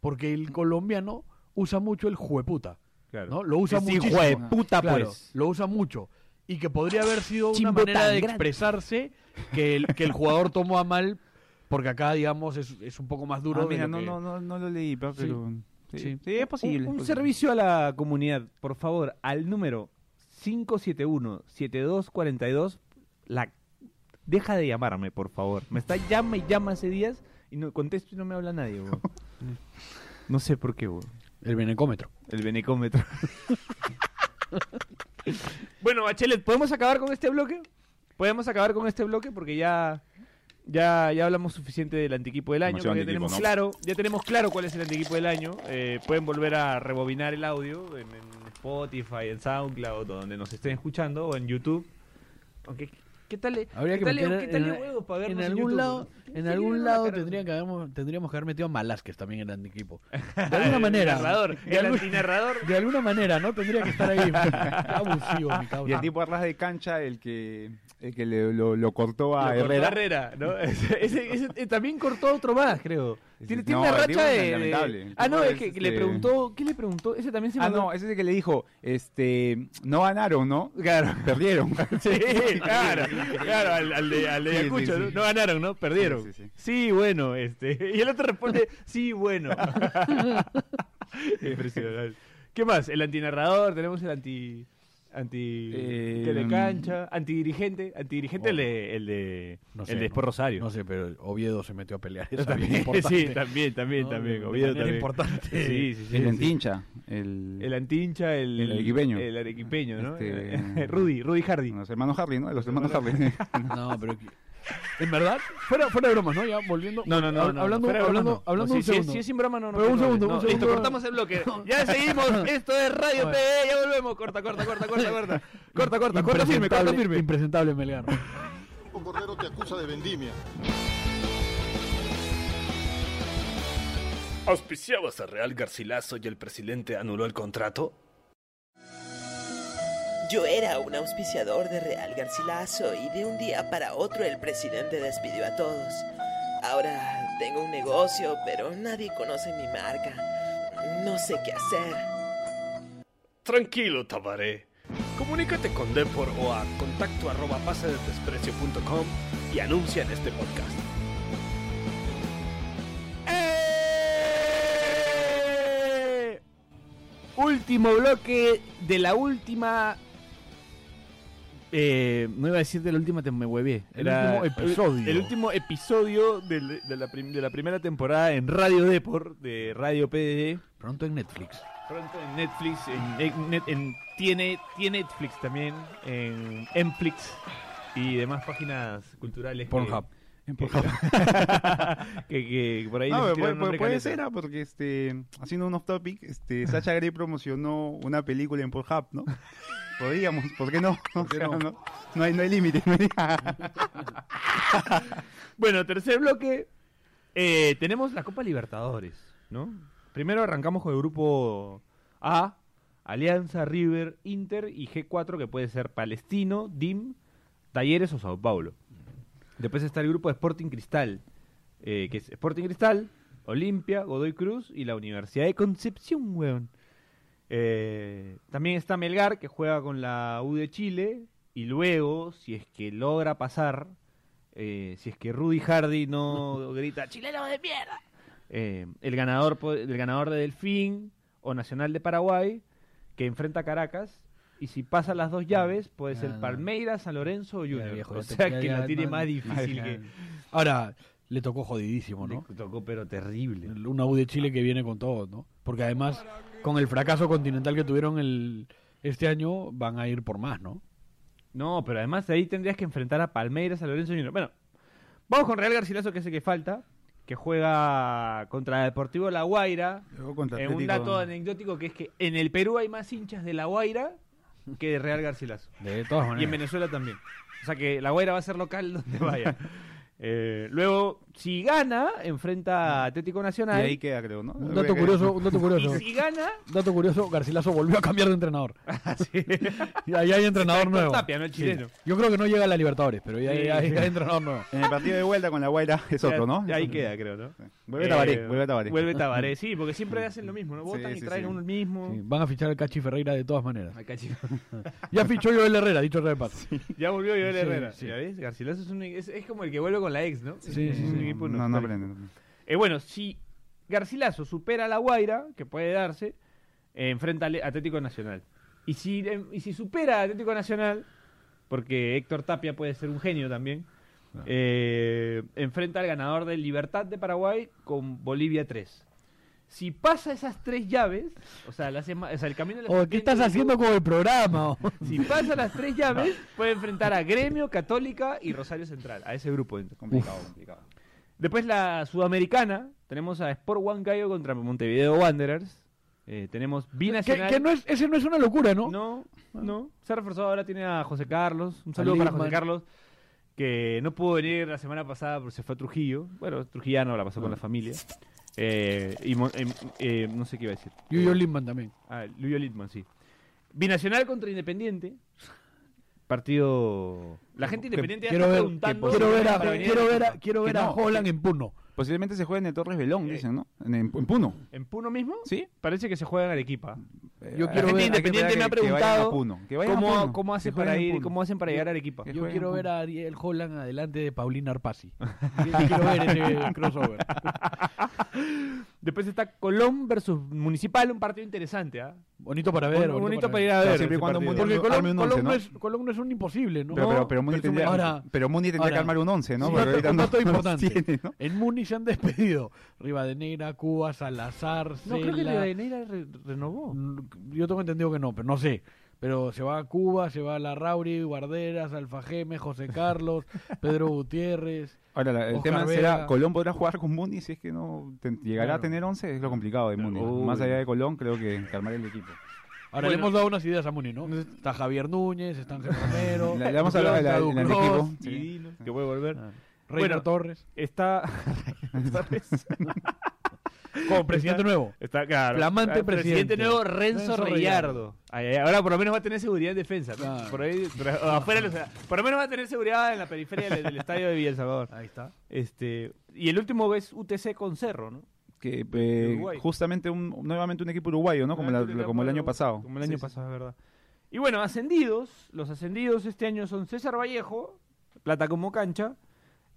[SPEAKER 4] Porque el colombiano usa mucho el jueputa.
[SPEAKER 5] Claro.
[SPEAKER 4] ¿no? Lo usa
[SPEAKER 5] Es
[SPEAKER 4] muchísimo.
[SPEAKER 5] hijo de puta,
[SPEAKER 4] Claro,
[SPEAKER 5] pues.
[SPEAKER 4] Lo usa mucho. Y que podría haber sido una
[SPEAKER 2] Chimbo
[SPEAKER 4] manera
[SPEAKER 2] tan
[SPEAKER 4] de
[SPEAKER 2] grande.
[SPEAKER 4] expresarse que el, que el jugador tomó a mal. Porque acá, digamos, es, es un poco más duro.
[SPEAKER 3] Ah,
[SPEAKER 4] de
[SPEAKER 3] mira,
[SPEAKER 4] lo
[SPEAKER 3] no,
[SPEAKER 4] que-
[SPEAKER 3] no, no, no lo leí, pa, pero... Sí,
[SPEAKER 4] Sí.
[SPEAKER 3] Sí, es posible.
[SPEAKER 2] Un, un
[SPEAKER 3] es posible.
[SPEAKER 2] servicio a la comunidad, por favor, al número 571-7242. La... Deja de llamarme, por favor. Me está llama y llama hace días y no contesto y no me habla nadie, weón. No sé por qué, weón.
[SPEAKER 4] El venecómetro.
[SPEAKER 2] El venecómetro. bueno, Bachelet, ¿podemos acabar con este bloque? ¿Podemos acabar con este bloque? Porque ya, ya, ya hablamos suficiente del antiquipo del año.
[SPEAKER 3] Demasiado
[SPEAKER 2] porque Ya
[SPEAKER 3] antiquipo,
[SPEAKER 2] tenemos,
[SPEAKER 3] ¿no?
[SPEAKER 2] claro, ya tenemos claro cuál es el antiquipo del año. Eh, pueden volver a rebobinar el audio en, en Spotify, en SoundCloud, o donde nos estén escuchando, o en YouTube. Aunque, ¿qué tal? le-
[SPEAKER 4] Habría
[SPEAKER 2] ¿Qué
[SPEAKER 4] que
[SPEAKER 2] tal, le-
[SPEAKER 4] meter
[SPEAKER 2] ¿qué tal
[SPEAKER 4] en-
[SPEAKER 2] le huevos para
[SPEAKER 4] En
[SPEAKER 2] vernos en
[SPEAKER 4] algún
[SPEAKER 2] YouTube,
[SPEAKER 4] lado,
[SPEAKER 2] no?
[SPEAKER 4] en
[SPEAKER 2] Sí,
[SPEAKER 4] algún
[SPEAKER 2] no, la
[SPEAKER 4] lado
[SPEAKER 2] cara-
[SPEAKER 4] tendría que haber- tendríamos que haber metido a Malasquez también en el equipo.
[SPEAKER 2] De alguna
[SPEAKER 4] manera.
[SPEAKER 2] Ah, El narrador,
[SPEAKER 4] De
[SPEAKER 2] el
[SPEAKER 4] algún-
[SPEAKER 2] antinarrador.
[SPEAKER 4] De alguna manera, ¿no? Tendría que estar ahí. Qué abusivo, mi Ah, causa.
[SPEAKER 3] Y el tipo de Arras de Cancha, el que, el que le- lo, lo cortó a
[SPEAKER 2] Lo cortó
[SPEAKER 3] Herrera.
[SPEAKER 2] Herrera, ¿no? Ese- ese- ese- eh, también cortó otro más, creo. Tiene,
[SPEAKER 3] No,
[SPEAKER 2] tiene una
[SPEAKER 3] el tipo
[SPEAKER 2] racha
[SPEAKER 3] es
[SPEAKER 2] de, de-
[SPEAKER 3] lamentable. El
[SPEAKER 2] Ah,
[SPEAKER 3] tipo
[SPEAKER 2] no,
[SPEAKER 3] es,
[SPEAKER 2] es que, que le
[SPEAKER 3] este-
[SPEAKER 2] preguntó... ¿Qué le preguntó? Ese también se
[SPEAKER 3] Ah,
[SPEAKER 2] mandó-
[SPEAKER 3] no, ese es el que le dijo, este, no ganaron, ¿no? Claro. Perdieron.
[SPEAKER 2] Sí, claro, claro, al, al de, al de
[SPEAKER 3] Sí, sí,
[SPEAKER 2] Ayacucho,
[SPEAKER 3] sí.
[SPEAKER 2] ¿no? No ganaron, ¿no? Perdieron.
[SPEAKER 3] Sí, sí, sí.
[SPEAKER 2] Sí, bueno, este... Y el otro responde, sí, bueno. Impresionante. ¿Qué más? El antinarrador, tenemos el anti... Anti...
[SPEAKER 3] Eh,
[SPEAKER 2] telecancha, antidirigente, antidirigente el de... El de,
[SPEAKER 4] No sé,
[SPEAKER 2] el de Sport Rosario.
[SPEAKER 4] No sé, pero Oviedo se metió a pelear. Eso
[SPEAKER 2] también,
[SPEAKER 4] también es
[SPEAKER 2] sí,
[SPEAKER 4] importante.
[SPEAKER 2] también, también,
[SPEAKER 4] ¿no?
[SPEAKER 2] también.
[SPEAKER 4] De
[SPEAKER 2] Oviedo
[SPEAKER 4] manera
[SPEAKER 2] también.
[SPEAKER 4] importante.
[SPEAKER 2] Sí, sí, sí.
[SPEAKER 3] El
[SPEAKER 2] sí.
[SPEAKER 3] antincha. El,
[SPEAKER 2] El antincha, el,
[SPEAKER 3] El arequipeño.
[SPEAKER 2] El arequipeño, ¿no? Eh,
[SPEAKER 3] Este-
[SPEAKER 2] Rudy, Rudy Hardy.
[SPEAKER 3] Los hermanos Harley, ¿no? Los hermanos Harley.
[SPEAKER 4] No, pero. que- En verdad, fuera, fuera de bromas, ¿no? Ya volviendo.
[SPEAKER 2] No, no, no.
[SPEAKER 4] Hab-
[SPEAKER 2] no,
[SPEAKER 4] Hablando,
[SPEAKER 2] fuera de broma,
[SPEAKER 4] hablando,
[SPEAKER 2] no. No,
[SPEAKER 4] hablando
[SPEAKER 2] si-
[SPEAKER 4] un
[SPEAKER 2] si es-
[SPEAKER 4] segundo.
[SPEAKER 2] si es sin broma, no, no.
[SPEAKER 4] Pero un
[SPEAKER 2] no,
[SPEAKER 4] segundo,
[SPEAKER 2] no,
[SPEAKER 4] un
[SPEAKER 2] Listo,
[SPEAKER 4] segundo.
[SPEAKER 2] cortamos el bloque. Ya seguimos. Esto es Radio PE. Ya volvemos. Corta, corta, corta, corta, corta. Corta, corta, corta firme, corta
[SPEAKER 4] Impresentable-
[SPEAKER 2] firme.
[SPEAKER 4] Impresentable Melgar.
[SPEAKER 1] Pulpo Cordero te acusa de vendimia.
[SPEAKER 6] ¿Auspiciabas a Real Garcilaso y el presidente anuló el contrato?
[SPEAKER 7] Yo era un auspiciador de Real Garcilaso y de un día para otro el presidente despidió a todos. Ahora tengo un negocio, pero nadie conoce mi marca. No sé qué hacer.
[SPEAKER 6] Tranquilo, Tabaré. Comunícate con Depor o a contacto arroba pasadedesprecio.com y anuncia en este podcast.
[SPEAKER 5] ¡Eh! Último bloque de la última. eh, no iba a decir de la última, te me huevé.
[SPEAKER 4] El
[SPEAKER 5] Era-
[SPEAKER 4] último episodio.
[SPEAKER 5] El último episodio del- de, la prim- de la primera temporada en Radio Deport, de Radio PDD.
[SPEAKER 4] Pronto en Netflix.
[SPEAKER 5] Pronto en Netflix, en, en Net- en- tiene, tiene Netflix también, en Netflix y demás páginas culturales. que-
[SPEAKER 4] Pornhub.
[SPEAKER 5] Que, que por ahí
[SPEAKER 3] No,
[SPEAKER 5] les tiraron
[SPEAKER 3] pero puede, puede-
[SPEAKER 5] nombre
[SPEAKER 3] puede
[SPEAKER 5] caleta.
[SPEAKER 3] ser, ah, porque este, haciendo un off topic, este, Sacha Grey promocionó una película en Pornhub, ¿no? Podríamos, ¿por qué no? O sea, no? no hay, no hay límite. no hay-
[SPEAKER 5] Bueno, tercer bloque. eh, tenemos la Copa Libertadores, ¿no? Primero arrancamos con el grupo A, Alianza, River, Inter y G4, que puede ser Palestino, DIM, Talleres o Sao Paulo. Después está el grupo de Sporting Cristal, eh, que es Sporting Cristal, Olimpia, Godoy Cruz y la Universidad de Concepción, weón. Eh, también está Melgar, que juega con la U de Chile. Y luego, si es que logra pasar, eh, si es que Rudy Hardy no grita ¡Chileno de mierda! eh, el, ganador, po- el ganador de Delfín o Nacional de Paraguay, que enfrenta a Caracas. Y si pasa las dos llaves, puede
[SPEAKER 4] Ya,
[SPEAKER 5] ser
[SPEAKER 4] no.
[SPEAKER 5] Palmeiras, San Lorenzo o
[SPEAKER 4] Ya,
[SPEAKER 5] Junior.
[SPEAKER 4] viejo,
[SPEAKER 5] o
[SPEAKER 4] ya te-
[SPEAKER 5] sea
[SPEAKER 4] ya-
[SPEAKER 5] que
[SPEAKER 4] ya,
[SPEAKER 5] la tiene
[SPEAKER 4] man,
[SPEAKER 5] más difícil
[SPEAKER 4] ya.
[SPEAKER 5] que...
[SPEAKER 4] Ahora, le tocó jodidísimo, ¿no?
[SPEAKER 5] Le tocó pero terrible.
[SPEAKER 4] Una U de Chile que viene con todo, ¿no? Porque además, con el fracaso continental que tuvieron el este año, van a ir por más, ¿no?
[SPEAKER 5] No, pero además de ahí tendrías que enfrentar a Palmeiras, a Lorenzo Junior. Bueno, vamos con Real Garcilaso, que es el que falta, que juega contra Deportivo La Guaira.
[SPEAKER 3] Luego contra
[SPEAKER 5] En un
[SPEAKER 3] Atlético-
[SPEAKER 5] dato anecdótico que es que en el Perú hay más hinchas de La Guaira que de Real Garcilaso.
[SPEAKER 4] De todas
[SPEAKER 5] Y en
[SPEAKER 4] maneras.
[SPEAKER 5] Venezuela también. O sea que La Guaira va a ser local donde vaya.
[SPEAKER 2] Eh, luego, si gana, enfrenta a Atlético
[SPEAKER 3] Y
[SPEAKER 2] Nacional.
[SPEAKER 3] ahí queda, creo, ¿no?
[SPEAKER 4] Un dato curioso, un dato
[SPEAKER 2] Y
[SPEAKER 4] curioso.
[SPEAKER 2] si gana,
[SPEAKER 4] Un dato curioso, Garcilaso volvió a cambiar de entrenador. Y ahí hay entrenador nuevo.
[SPEAKER 2] Tapia, ¿no? El
[SPEAKER 4] Sí.
[SPEAKER 2] chileno.
[SPEAKER 4] Yo creo que no llega a la Libertadores, pero ya,
[SPEAKER 2] Sí.
[SPEAKER 4] ya- ya hay entrenador nuevo.
[SPEAKER 3] En el partido de vuelta con la Guaira es otro, ¿no?
[SPEAKER 2] Ahí queda, creo, ¿no?
[SPEAKER 3] Vuelve
[SPEAKER 2] Eh,
[SPEAKER 3] Tabaré, vuelve Tabaré.
[SPEAKER 2] Vuelve Tabaré, sí, porque siempre hacen lo mismo, ¿no? Votan
[SPEAKER 3] Sí,
[SPEAKER 2] y
[SPEAKER 3] sí,
[SPEAKER 2] traen
[SPEAKER 3] sí.
[SPEAKER 2] uno mismo.
[SPEAKER 4] Sí, van a fichar al Cachi Ferreira de todas maneras. Ya fichó Joel Herrera, dicho sea de paso.
[SPEAKER 2] Ya volvió Joel
[SPEAKER 4] Sí,
[SPEAKER 2] Herrera.
[SPEAKER 4] sí.
[SPEAKER 2] ¿Ya ves? Garcilaso es, un- es- es como el que vuelve con la ex, ¿no?
[SPEAKER 4] Sí, sí,
[SPEAKER 2] Es un
[SPEAKER 4] sí.
[SPEAKER 2] equipo
[SPEAKER 3] Mm, No, no
[SPEAKER 2] nostálgico.
[SPEAKER 3] aprende. no.
[SPEAKER 2] Eh, bueno, si Garcilaso supera a la Guaira, que puede darse, eh, enfrenta al Atlético Nacional. Y si, eh, y si supera a Atlético Nacional, porque Héctor Tapia puede ser un genio también, eh, enfrenta al ganador de Libertad de Paraguay con Bolivia 3. Si pasa esas tres llaves, o sea, las ema- o sea, el camino... de las
[SPEAKER 4] Oh, ¿Qué estás
[SPEAKER 2] 72
[SPEAKER 4] haciendo con el programa? oh?
[SPEAKER 2] Si pasa las tres llaves, puede enfrentar a Gremio, Católica y Rosario Central. A ese grupo entra.
[SPEAKER 3] Complicado, complicado.
[SPEAKER 2] Después la sudamericana, tenemos a Sport Huancayo contra Montevideo Wanderers. Eh, tenemos
[SPEAKER 4] Que,
[SPEAKER 2] Binacional.
[SPEAKER 4] que no es, ese no es una locura, ¿no?
[SPEAKER 2] no, no. Se ha reforzado ahora, tiene a José Carlos. Un saludo para José
[SPEAKER 4] Lindman.
[SPEAKER 2] Carlos, que no pudo venir la semana pasada porque se fue a Trujillo. Bueno, Trujillano la pasó con la familia. Eh, y Mon- em- eh, no sé qué iba a decir.
[SPEAKER 4] Yuyo Lindman también.
[SPEAKER 2] Ah, Luyo Litman, sí. Binacional contra Independiente. Partido. La gente
[SPEAKER 3] Que-
[SPEAKER 2] independiente ya
[SPEAKER 4] Quiero
[SPEAKER 2] está
[SPEAKER 4] ver,
[SPEAKER 2] preguntando.
[SPEAKER 4] quiero ver a,
[SPEAKER 2] para venir
[SPEAKER 4] quiero ver a, quiero
[SPEAKER 3] Que
[SPEAKER 4] ver a
[SPEAKER 3] no,
[SPEAKER 4] Holland en Puno.
[SPEAKER 3] Posiblemente se juegue en el Torres Belón, dicen, ¿no? En, en Puno.
[SPEAKER 2] ¿En Puno mismo?
[SPEAKER 3] ¿Sí?
[SPEAKER 2] Parece que se juega en Arequipa.
[SPEAKER 4] Yo
[SPEAKER 3] Eh,
[SPEAKER 4] quiero
[SPEAKER 3] hay
[SPEAKER 4] ver-
[SPEAKER 3] gente
[SPEAKER 2] Independiente
[SPEAKER 3] que-
[SPEAKER 2] me ha
[SPEAKER 3] que vayan a
[SPEAKER 2] preguntado
[SPEAKER 3] Puno, que vayan a
[SPEAKER 2] ¿Cómo,
[SPEAKER 3] Puno,
[SPEAKER 2] cómo,
[SPEAKER 3] que
[SPEAKER 2] hace
[SPEAKER 3] jueguen
[SPEAKER 2] para
[SPEAKER 3] en
[SPEAKER 2] ir,
[SPEAKER 3] Puno.
[SPEAKER 2] ¿Cómo hacen para llegar a Arequipa?
[SPEAKER 3] Que
[SPEAKER 4] Yo
[SPEAKER 3] jueguen
[SPEAKER 4] quiero
[SPEAKER 3] en
[SPEAKER 4] ver
[SPEAKER 3] Puno.
[SPEAKER 4] a Ariel Holland adelante de Paulina Arpasi. quiero ver ese crossover.
[SPEAKER 2] Después está Colón versus Municipal, un partido interesante. ¿ah?
[SPEAKER 4] Bonito para ver.
[SPEAKER 2] Bueno, bonito para ir a
[SPEAKER 3] Claro,
[SPEAKER 2] ver.
[SPEAKER 3] siempre y
[SPEAKER 2] ese
[SPEAKER 3] cuando
[SPEAKER 2] partido.
[SPEAKER 3] Mundo-
[SPEAKER 4] Porque
[SPEAKER 3] Arme
[SPEAKER 4] Colón,
[SPEAKER 3] un
[SPEAKER 4] Colón
[SPEAKER 3] once,
[SPEAKER 4] no
[SPEAKER 3] ¿no?
[SPEAKER 4] es, Colón no es un imposible, ¿no?
[SPEAKER 3] Pero, pero, pero Muni
[SPEAKER 4] Pero tú-
[SPEAKER 3] tendría,
[SPEAKER 4] ahora-
[SPEAKER 3] pero Muni tendría
[SPEAKER 4] ahora-
[SPEAKER 3] que armar un 11, ¿no?
[SPEAKER 4] Sí,
[SPEAKER 3] Porque
[SPEAKER 4] un
[SPEAKER 3] ahorita
[SPEAKER 4] dato-
[SPEAKER 3] no,
[SPEAKER 4] un dato
[SPEAKER 3] no los
[SPEAKER 4] importante.
[SPEAKER 3] tiene, ¿no?
[SPEAKER 4] En Muni se han despedido. Rivadeneira, Cuba, Salazar,
[SPEAKER 2] No, creo que
[SPEAKER 4] Cela.
[SPEAKER 2] Rivadeneira re- renovó.
[SPEAKER 4] Mm, Yo tengo entendido que no, pero no sé. Pero se va a Cuba, se va a Larrauri, Guarderas, Alfajeme, José Carlos, Pedro Gutiérrez.
[SPEAKER 3] Ahora, la- el
[SPEAKER 4] Oscar
[SPEAKER 3] tema
[SPEAKER 4] Vega.
[SPEAKER 3] será, ¿Colón podrá jugar con Muni si es que no te- llegará
[SPEAKER 4] Claro.
[SPEAKER 3] a tener 11? Es lo complicado de Muni.
[SPEAKER 2] Uy.
[SPEAKER 3] Más allá de Colón, creo que, que armar el equipo.
[SPEAKER 4] Ahora le hemos dado unas ideas a Muni, ¿no? Está Javier Núñez, está Ángel Romero.
[SPEAKER 3] Le, le vamos a hablar de la-
[SPEAKER 4] está
[SPEAKER 3] del
[SPEAKER 4] Duclos,
[SPEAKER 3] equipo.
[SPEAKER 2] Y
[SPEAKER 3] Sí.
[SPEAKER 2] Dino, que puede volver.
[SPEAKER 4] Reiner
[SPEAKER 2] Bueno.
[SPEAKER 4] Torres.
[SPEAKER 2] Está.
[SPEAKER 4] Como presidente nuevo.
[SPEAKER 2] Está claro.
[SPEAKER 4] Flamante
[SPEAKER 2] Ah,
[SPEAKER 4] presidente.
[SPEAKER 2] nuevo Renzo,
[SPEAKER 4] Renzo
[SPEAKER 2] Reyardo. Ay, ay, ahora por lo menos va a tener seguridad en defensa. ¿no?
[SPEAKER 4] Claro.
[SPEAKER 2] Por ahí, por, afuera, o sea, por lo menos va a tener seguridad en la periferia del, del estadio de Villa El Salvador.
[SPEAKER 4] Ahí está.
[SPEAKER 2] Este, y el último es UTC con Cerro, ¿no?
[SPEAKER 3] Que, eh,
[SPEAKER 2] Uruguay. Ah,
[SPEAKER 3] justamente un, nuevamente un equipo uruguayo, ¿no? Como, la-
[SPEAKER 2] Nuevamente
[SPEAKER 3] como el año
[SPEAKER 2] campeón,
[SPEAKER 3] pasado.
[SPEAKER 2] Como el año
[SPEAKER 3] Sí, sí.
[SPEAKER 2] pasado, es verdad. Y bueno, ascendidos, los ascendidos este año son César Vallejo, Plata como cancha,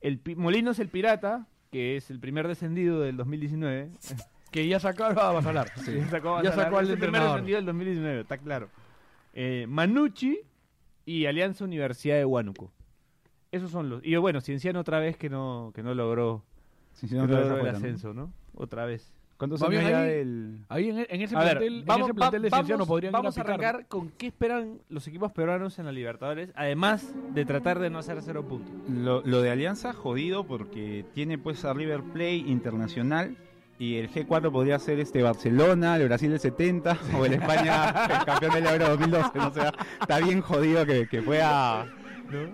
[SPEAKER 2] el Pi- Molinos el Pirata, que es el primer descendido del 2019.
[SPEAKER 4] Que ya sacaron a Basalar.
[SPEAKER 2] Ya sacó, a
[SPEAKER 4] Ya
[SPEAKER 2] Salar,
[SPEAKER 4] sacó al
[SPEAKER 2] es el primer
[SPEAKER 4] entrenador.
[SPEAKER 2] descendido del 2019, está claro. Eh, Manucci y Alianza Universidad de Huánuco. Esos son los. Y bueno, Cienciano otra vez que no, que no logró,
[SPEAKER 3] Sí, sí,
[SPEAKER 2] que
[SPEAKER 3] no
[SPEAKER 2] no
[SPEAKER 3] te vas a
[SPEAKER 2] logró el
[SPEAKER 3] jugar, ¿no?
[SPEAKER 2] ascenso, ¿no? Otra vez.
[SPEAKER 3] ¿Cuántos
[SPEAKER 4] Va
[SPEAKER 3] años
[SPEAKER 4] bien
[SPEAKER 3] ya
[SPEAKER 4] ahí.
[SPEAKER 3] del...?
[SPEAKER 4] Ahí en, en ese
[SPEAKER 2] A ver,
[SPEAKER 4] plantel, en
[SPEAKER 2] vamos,
[SPEAKER 4] ese plantel de
[SPEAKER 2] va-
[SPEAKER 4] Cienciano
[SPEAKER 2] vamos-
[SPEAKER 4] podrían ir
[SPEAKER 2] vamos a
[SPEAKER 4] picar, ¿no?
[SPEAKER 2] arrancar con qué esperan los equipos peruanos en la Libertadores, además de tratar de no hacer cero puntos.
[SPEAKER 3] Lo, lo de Alianza jodido porque tiene pues a River Plate Internacional y el G4 podría ser este Barcelona, el Brasil del 70 o el España el campeón del Euro 2012. ¿no? O sea, está bien jodido que, que pueda